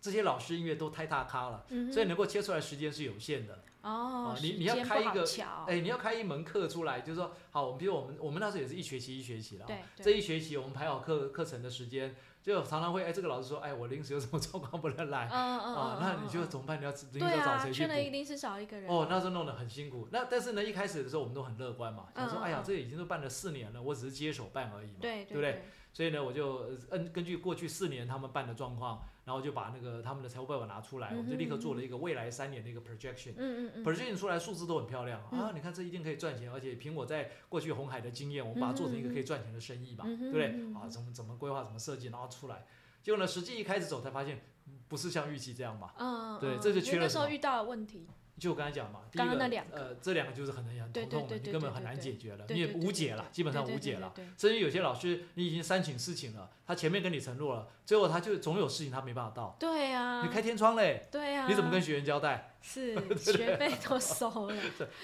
[SPEAKER 1] 这些老师因为都太大咖了，
[SPEAKER 3] 嗯
[SPEAKER 1] 所以能够切出来时间是有限的。
[SPEAKER 3] 哦
[SPEAKER 1] 啊，你
[SPEAKER 3] 时
[SPEAKER 1] 你要
[SPEAKER 3] 间
[SPEAKER 1] 开
[SPEAKER 3] 不
[SPEAKER 1] 一
[SPEAKER 3] 好
[SPEAKER 1] 个
[SPEAKER 3] 巧
[SPEAKER 1] 哎，你要开一门课出来，就是说，好，我们比如我们我们那时候也是一学期一学期了啊，
[SPEAKER 3] 对
[SPEAKER 1] 这
[SPEAKER 3] 对，
[SPEAKER 1] 一学期我们排好课课程的时间，就常常会哎，这个老师说，哎，我临时有什么状况不能来
[SPEAKER 3] 嗯嗯 嗯
[SPEAKER 1] 啊，那你就
[SPEAKER 3] 嗯嗯
[SPEAKER 1] 怎么办？你要临
[SPEAKER 3] 对
[SPEAKER 1] 时找
[SPEAKER 3] 啊，
[SPEAKER 1] 谁去
[SPEAKER 3] 缺了一
[SPEAKER 1] 补？
[SPEAKER 3] 定是少一个人。
[SPEAKER 1] 哦，那时候弄得很辛苦。那但是呢，一开始的时候我们都很乐观嘛，想说，
[SPEAKER 3] 嗯嗯
[SPEAKER 1] 哎呀
[SPEAKER 3] 嗯，
[SPEAKER 1] 这已经都办了四年了，我只是接手办而已嘛，
[SPEAKER 3] 对
[SPEAKER 1] 对不对？
[SPEAKER 3] 对，
[SPEAKER 1] 所以呢，我就呃根根据过去四年他们办的状况，然后就把那个他们的财务报表拿出来，我们就立刻做了一个未来三年的一个 projection。
[SPEAKER 3] 嗯嗯嗯，
[SPEAKER 1] projection 出来数字都很漂亮
[SPEAKER 3] 嗯
[SPEAKER 1] 啊！你看这一定可以赚钱，而且凭我在过去红海的经验，我把它做成一个可以赚钱的生意嘛，对
[SPEAKER 3] 嗯哼
[SPEAKER 1] 不对
[SPEAKER 3] 嗯？哼
[SPEAKER 1] 啊，怎么怎么规划，怎么设计，然后出来，结果呢，实际一开始走才发现嗯不是像预期这样嘛。
[SPEAKER 3] 嗯，嗯
[SPEAKER 1] 对
[SPEAKER 3] 嗯
[SPEAKER 1] 这就
[SPEAKER 3] 因为
[SPEAKER 1] 缺了
[SPEAKER 3] 那
[SPEAKER 1] 什
[SPEAKER 3] 时候
[SPEAKER 1] 么
[SPEAKER 3] 遇到的问题，
[SPEAKER 1] 就我刚才讲嘛，第一
[SPEAKER 3] 刚刚那两个
[SPEAKER 1] 呃，这两个就是很很很
[SPEAKER 3] 对
[SPEAKER 1] 头痛的，
[SPEAKER 3] 对对
[SPEAKER 1] 你
[SPEAKER 3] 对
[SPEAKER 1] 根本
[SPEAKER 3] 对
[SPEAKER 1] 很难
[SPEAKER 3] 对
[SPEAKER 1] 解决了，
[SPEAKER 3] 对
[SPEAKER 1] 你也
[SPEAKER 3] 对对
[SPEAKER 1] 无解了，基本上
[SPEAKER 3] 对
[SPEAKER 1] 无
[SPEAKER 3] 对
[SPEAKER 1] 解
[SPEAKER 3] 对
[SPEAKER 1] 了。
[SPEAKER 3] 对对
[SPEAKER 1] 甚至有些老师，你已经三请四请了，他前面跟你承诺了，最后他就总有事情他没办法到。
[SPEAKER 3] 对啊，
[SPEAKER 1] 你开天窗嘞，
[SPEAKER 3] 对啊，
[SPEAKER 1] 你怎么跟学员交代？
[SPEAKER 3] 是学费都收了，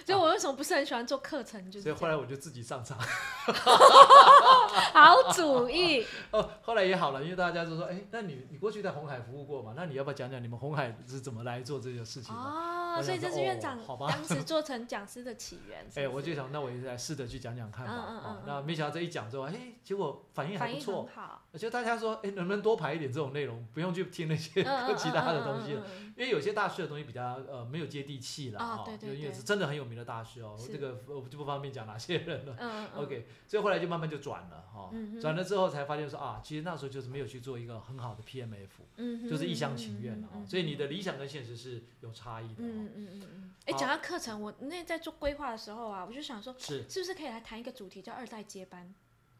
[SPEAKER 3] 所以我为什么不是很喜欢做课程，就是
[SPEAKER 1] 所以
[SPEAKER 3] 这
[SPEAKER 1] 后
[SPEAKER 3] 样
[SPEAKER 1] 来我就自己上场。
[SPEAKER 3] 好主意，
[SPEAKER 1] 哦，后来也好了，因为大家就说，哎，那你你过去在红海服务过嘛？那你要不要讲讲你们红海是怎么来做这件事情啊的？
[SPEAKER 3] 哦
[SPEAKER 1] 我，
[SPEAKER 3] 所以
[SPEAKER 1] 想
[SPEAKER 3] 这
[SPEAKER 1] 说
[SPEAKER 3] 是院
[SPEAKER 1] 哦
[SPEAKER 3] 长
[SPEAKER 1] 好吧
[SPEAKER 3] 当时做成讲师的起源。是
[SPEAKER 1] 哎、
[SPEAKER 3] 不
[SPEAKER 1] 我就是想，那我也来试着去讲讲看吧。
[SPEAKER 3] 嗯嗯
[SPEAKER 1] 啊
[SPEAKER 3] 嗯嗯
[SPEAKER 1] 那没想到这一讲之后，哎，结果反应还
[SPEAKER 3] 反
[SPEAKER 1] 不
[SPEAKER 3] 应很
[SPEAKER 1] 错。
[SPEAKER 3] 好，
[SPEAKER 1] 而且大家说，哎，能不能多排一点这种内容，不用去听那些
[SPEAKER 3] 嗯
[SPEAKER 1] 其他的东西
[SPEAKER 3] 嗯
[SPEAKER 1] 了。
[SPEAKER 3] 嗯嗯嗯
[SPEAKER 1] 因为有些大师的东西比较呃没有接地气了啊，
[SPEAKER 3] 啊对对
[SPEAKER 1] 就因为
[SPEAKER 3] 对
[SPEAKER 1] 是真的很有名的大师哦，
[SPEAKER 3] 是
[SPEAKER 1] 这个我就不方便讲哪些人了。
[SPEAKER 3] 嗯嗯嗯
[SPEAKER 1] OK，所以后来就慢慢就转了哈
[SPEAKER 3] 嗯，哼
[SPEAKER 1] 转了之后才发现说啊，其实那时候就是没有去做一个很好的 PMF，
[SPEAKER 3] 嗯哼
[SPEAKER 1] 就是一厢情愿了啊、
[SPEAKER 3] 嗯嗯嗯
[SPEAKER 1] 所以你的理想跟现实是有差异的、
[SPEAKER 3] 嗯
[SPEAKER 1] 哦。
[SPEAKER 3] 嗯嗯嗯嗯。哎，
[SPEAKER 1] 好
[SPEAKER 3] 讲到课程，我那在做规划的时候啊，我就想说，
[SPEAKER 1] 是
[SPEAKER 3] 是不是可以来谈一个主题叫二代接班？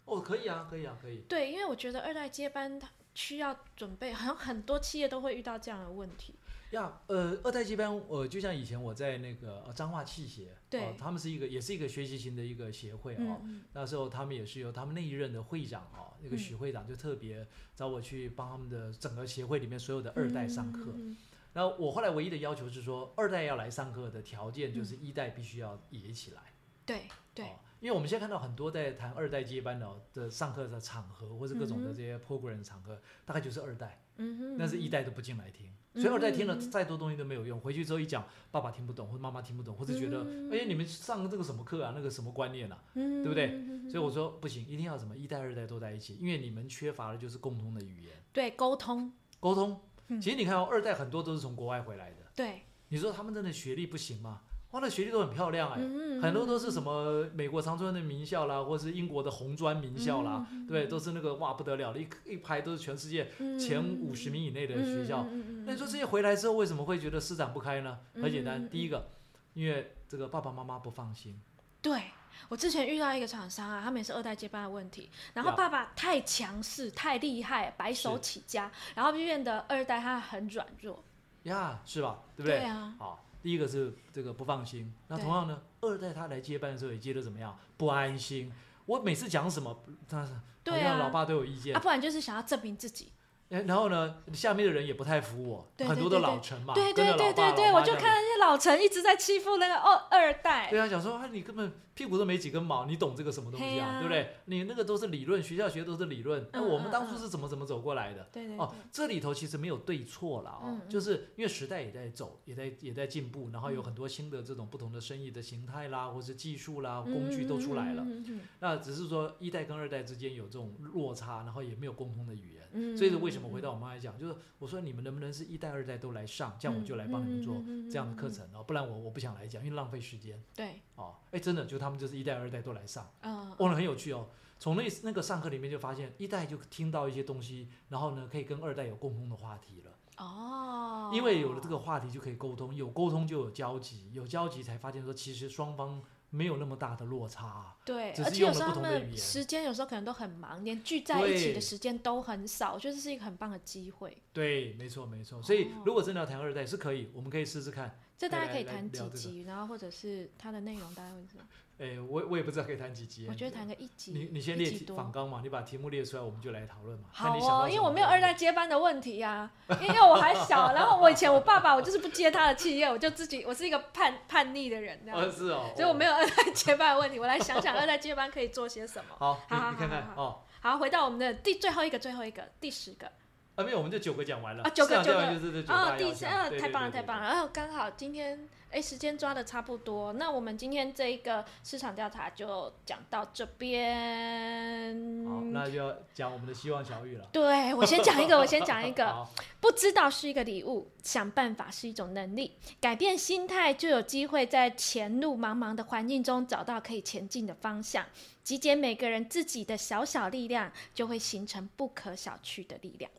[SPEAKER 1] 哦，可以啊，可以啊，可以。
[SPEAKER 3] 对，因为我觉得二代接班它需要准备，好像很多企业都会遇到这样的问题。
[SPEAKER 1] 呀，呃，二代接班，呃，就像以前我在那个呃彰化器械，
[SPEAKER 3] 对
[SPEAKER 1] 哦他们是一个也是一个学习型的一个协会哦。
[SPEAKER 3] 嗯
[SPEAKER 1] 那时候他们也是由他们那一任的会长哦，那个
[SPEAKER 3] 嗯
[SPEAKER 1] 许会长就特别找我去帮他们的整个协会里面所有的
[SPEAKER 3] 嗯，
[SPEAKER 1] 二代上课。
[SPEAKER 3] 嗯，嗯嗯
[SPEAKER 1] 然后我后来唯一的要求是说，二代要来上课的条件
[SPEAKER 3] 嗯
[SPEAKER 1] 就是一代必须要也起来。
[SPEAKER 3] 对对
[SPEAKER 1] 哦，因为我们现在看到很多在谈二代接班的哦的上课的场合，或是各种的
[SPEAKER 3] 嗯哼
[SPEAKER 1] 这些 program 的场合，大概就是二代，
[SPEAKER 3] 嗯哼，
[SPEAKER 1] 但是
[SPEAKER 3] 嗯
[SPEAKER 1] 一
[SPEAKER 3] 哼
[SPEAKER 1] 代都不进来听，
[SPEAKER 3] 嗯
[SPEAKER 1] 所以二代听了
[SPEAKER 3] 嗯哼
[SPEAKER 1] 再多东西都没有用。回去之后一讲，爸爸听不懂，或者妈妈听不懂，或者觉得
[SPEAKER 3] 嗯，
[SPEAKER 1] 哎，你们上这个什么课啊，那个什么观念啊？
[SPEAKER 3] 嗯，
[SPEAKER 1] 对不对
[SPEAKER 3] 嗯？嗯嗯
[SPEAKER 1] 所以我说不行，一定要什么一代二代都在一起，因为你们缺乏的就是共同的语言
[SPEAKER 3] 对沟通，
[SPEAKER 1] 沟通。
[SPEAKER 3] 嗯
[SPEAKER 1] 其实你看哦，二代很多都是从国外回来的。
[SPEAKER 3] 对
[SPEAKER 1] 你说他们真的学历不行吗？哇，那学历都很漂亮哎、
[SPEAKER 3] 嗯
[SPEAKER 1] 很多都是什么美国常春的名校啦，或是英国的红砖名校啦，，
[SPEAKER 3] 嗯
[SPEAKER 1] 对，都是那个哇不得了的，一一排都是全世界
[SPEAKER 3] 嗯
[SPEAKER 1] 前五十名以内的学校。那你说这些回来之后为什么会觉得施展不开呢？很简单，
[SPEAKER 3] 嗯
[SPEAKER 1] 第一个，因为这个爸爸妈妈不放心，
[SPEAKER 3] 对我之前遇到一个厂商啊，他们也是二代接班的问题，然后
[SPEAKER 1] 呀
[SPEAKER 3] 爸爸太强势、太厉害，白手
[SPEAKER 1] 是
[SPEAKER 3] 起家，然后就变得二代他很软弱，
[SPEAKER 1] 呀，是吧？对不
[SPEAKER 3] 对啊，
[SPEAKER 1] 好，第一个是这个不放心。那
[SPEAKER 3] 对
[SPEAKER 1] 同样呢，二代他来接班的时候也接的怎么样？不安心。我每次讲什么，他同
[SPEAKER 3] 对
[SPEAKER 1] 样
[SPEAKER 3] 啊
[SPEAKER 1] 老爸都有意见
[SPEAKER 3] 啊，。不然就是想要证明自己。
[SPEAKER 1] 哎然后呢，下面的人也不太服我，
[SPEAKER 3] 对对
[SPEAKER 1] 很多的
[SPEAKER 3] 对对
[SPEAKER 1] 老陈嘛，
[SPEAKER 3] 对对
[SPEAKER 1] 跟着
[SPEAKER 3] 对
[SPEAKER 1] 老
[SPEAKER 3] 对
[SPEAKER 1] 爸
[SPEAKER 3] 对，
[SPEAKER 1] 老妈
[SPEAKER 3] 我就
[SPEAKER 1] 这样
[SPEAKER 3] 看那些老陈一直在欺负那个二二代。
[SPEAKER 1] 对啊，讲说啊，你根本屁股都没几根毛，你懂这个什么东西
[SPEAKER 3] 嘿
[SPEAKER 1] 啊？
[SPEAKER 3] 啊
[SPEAKER 1] 对不对？你那个都是理论，学校学的都是理论，那、
[SPEAKER 3] 嗯
[SPEAKER 1] 我们
[SPEAKER 3] 嗯
[SPEAKER 1] 当初
[SPEAKER 3] 嗯
[SPEAKER 1] 是怎么怎么走过来的？
[SPEAKER 3] 对对
[SPEAKER 1] 哦
[SPEAKER 3] 对，
[SPEAKER 1] 这里头其实没有对错啦，哦，
[SPEAKER 3] 嗯嗯
[SPEAKER 1] 就是因为时代也在走，也在也在进步，然后有很多新的这种不同的生意的形态啦，或是技术啦、工具都出来了。
[SPEAKER 3] 嗯嗯嗯
[SPEAKER 1] 那只是说一代跟二代之间有这种落差，然后也没有共同的语言。
[SPEAKER 3] 嗯
[SPEAKER 1] 所以为什么回到我妈来讲，就是我说你们能不能是一代二代都来上，这样我就来帮你
[SPEAKER 3] 嗯
[SPEAKER 1] 们做这样的课。程哦，不然我我不想来讲，因为浪费时间
[SPEAKER 3] 嗯嗯嗯嗯嗯对，
[SPEAKER 1] 哦。哎，真的就他们就是一代二代都来上。
[SPEAKER 3] 嗯，
[SPEAKER 1] 忘了很有趣哦。从那那个上课里面就发现，一代就听到一些东西，然后呢，可以跟二代有共同的话题了，
[SPEAKER 3] 哦，
[SPEAKER 1] 因为有了这个话题就可以沟通，有沟通就有交集，有交集才发现说，其实双方没有那么大的落差啊、
[SPEAKER 3] 对，
[SPEAKER 1] 只
[SPEAKER 3] 而
[SPEAKER 1] 是
[SPEAKER 3] 且有
[SPEAKER 1] 用
[SPEAKER 3] 时
[SPEAKER 1] 了
[SPEAKER 3] 候
[SPEAKER 1] 不
[SPEAKER 3] 他
[SPEAKER 1] 同的语
[SPEAKER 3] 们
[SPEAKER 1] 言
[SPEAKER 3] 时间有时候可能都很忙，连聚在一起
[SPEAKER 1] 对
[SPEAKER 3] 的时间都很少，我觉得这是一个很棒的机会。
[SPEAKER 1] 对，没错没错。所以
[SPEAKER 3] 哦
[SPEAKER 1] 如果真的要谈二代是可以，我们可以试试看。
[SPEAKER 3] 这大
[SPEAKER 1] 对
[SPEAKER 3] 家可以
[SPEAKER 1] 来
[SPEAKER 3] 谈
[SPEAKER 1] 聊这
[SPEAKER 3] 几
[SPEAKER 1] 个
[SPEAKER 3] 集，然后或者是它的内容，大家会什么？
[SPEAKER 1] 哎，我我也不知道可以谈几集。
[SPEAKER 3] 我觉得谈个一集，
[SPEAKER 1] 你你先
[SPEAKER 3] 一
[SPEAKER 1] 列
[SPEAKER 3] 集
[SPEAKER 1] 题
[SPEAKER 3] 多
[SPEAKER 1] 访纲嘛，你把题目列出来，我们就来讨论嘛。看
[SPEAKER 3] 好
[SPEAKER 1] 你想到
[SPEAKER 3] 哦，
[SPEAKER 1] 什
[SPEAKER 3] 因为
[SPEAKER 1] 么
[SPEAKER 3] 我没有
[SPEAKER 1] 内
[SPEAKER 3] 二
[SPEAKER 1] 容
[SPEAKER 3] 代接班的问题呀、因为我还小，然后我以前我爸爸我就是不接他的企业，我就自己我是一个叛叛逆的人这样
[SPEAKER 1] 呃
[SPEAKER 3] 子，
[SPEAKER 1] 是 哦，
[SPEAKER 3] 所以我没
[SPEAKER 1] 有。
[SPEAKER 3] 有二代接班的问题。我来想想二代接班可以做些什么。
[SPEAKER 1] 哦好，你
[SPEAKER 3] 好
[SPEAKER 1] 你看
[SPEAKER 3] 好
[SPEAKER 1] 看
[SPEAKER 3] 好好
[SPEAKER 1] 哦，
[SPEAKER 3] 好，回到我们的第最后一个最后一个第十个
[SPEAKER 1] 啊没有，我们就九个讲完了
[SPEAKER 3] 啊，九
[SPEAKER 1] 市
[SPEAKER 3] 个
[SPEAKER 1] 场
[SPEAKER 3] 九
[SPEAKER 1] 调研
[SPEAKER 3] 个
[SPEAKER 1] 就是这九
[SPEAKER 3] 哦
[SPEAKER 1] 大，
[SPEAKER 3] 第
[SPEAKER 1] 要
[SPEAKER 3] 三
[SPEAKER 1] 项
[SPEAKER 3] 啊，
[SPEAKER 1] 对
[SPEAKER 3] 太
[SPEAKER 1] 对
[SPEAKER 3] 棒了
[SPEAKER 1] 对
[SPEAKER 3] 太
[SPEAKER 1] 对
[SPEAKER 3] 棒
[SPEAKER 1] 对
[SPEAKER 3] 了，然后刚好今天哎时间抓的差不多，那我们今天这一个市场调查就讲到这边。
[SPEAKER 1] 好，那就要讲我们的希望小雨了。
[SPEAKER 3] 对，我先讲一个，我先讲一个。
[SPEAKER 1] 好
[SPEAKER 3] 不知道是一个礼物，想办法是一种能力，改变心态就有机会在前路茫茫的环境中找到可以前进的方向。集结每个人自己的小小力量，就会形成不可小觑的力量。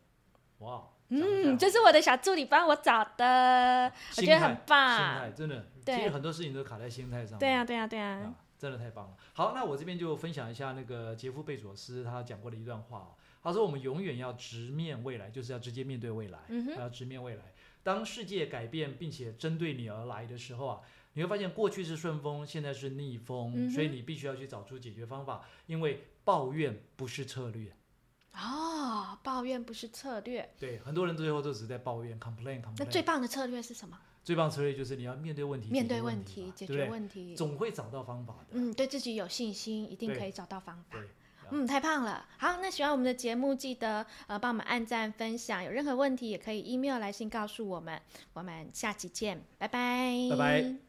[SPEAKER 1] 哇，
[SPEAKER 3] 嗯，
[SPEAKER 1] 这
[SPEAKER 3] 这是我的小助理帮我找的，我觉得很
[SPEAKER 1] 心
[SPEAKER 3] 棒
[SPEAKER 1] 态。真的，
[SPEAKER 3] 对
[SPEAKER 1] 其实很多事情都卡在心态上。
[SPEAKER 3] 对啊，对啊，对
[SPEAKER 1] 啊
[SPEAKER 3] 啊。
[SPEAKER 1] 真的太棒了。好，那我这边就分享一下那个杰夫贝佐斯他讲过的一段话、哦，他说我们永远要直面未来，就是要直接面对未来，
[SPEAKER 3] 嗯哼
[SPEAKER 1] 还要直面未来。当世界改变并且针对你而来的时候啊，你会发现过去是顺风，现在是逆风，
[SPEAKER 3] 嗯哼
[SPEAKER 1] 所以你必须要去找出解决方法，因为抱怨不是策略。
[SPEAKER 3] 哦，抱怨不是策略，
[SPEAKER 1] 对，很多人最后都只是在抱怨，complain complain。
[SPEAKER 3] 那最棒的策略是什么？
[SPEAKER 1] 最棒策略就是你要面对问题，
[SPEAKER 3] 面
[SPEAKER 1] 解决
[SPEAKER 3] 对问
[SPEAKER 1] 问
[SPEAKER 3] 题
[SPEAKER 1] 嘛，
[SPEAKER 3] 解
[SPEAKER 1] 对
[SPEAKER 3] 决
[SPEAKER 1] 不
[SPEAKER 3] 问
[SPEAKER 1] 对？
[SPEAKER 3] 题。
[SPEAKER 1] 总会找到方法的。
[SPEAKER 3] 嗯，对自己有信心，一定
[SPEAKER 1] 对
[SPEAKER 3] 可以找到方法
[SPEAKER 1] 对。
[SPEAKER 3] 嗯，太胖了。好，那喜欢我们的节目，记得呃帮我们按赞、分享。有任何问题也可以 email 来信告诉我们。我们下期见，拜拜，
[SPEAKER 1] 拜拜。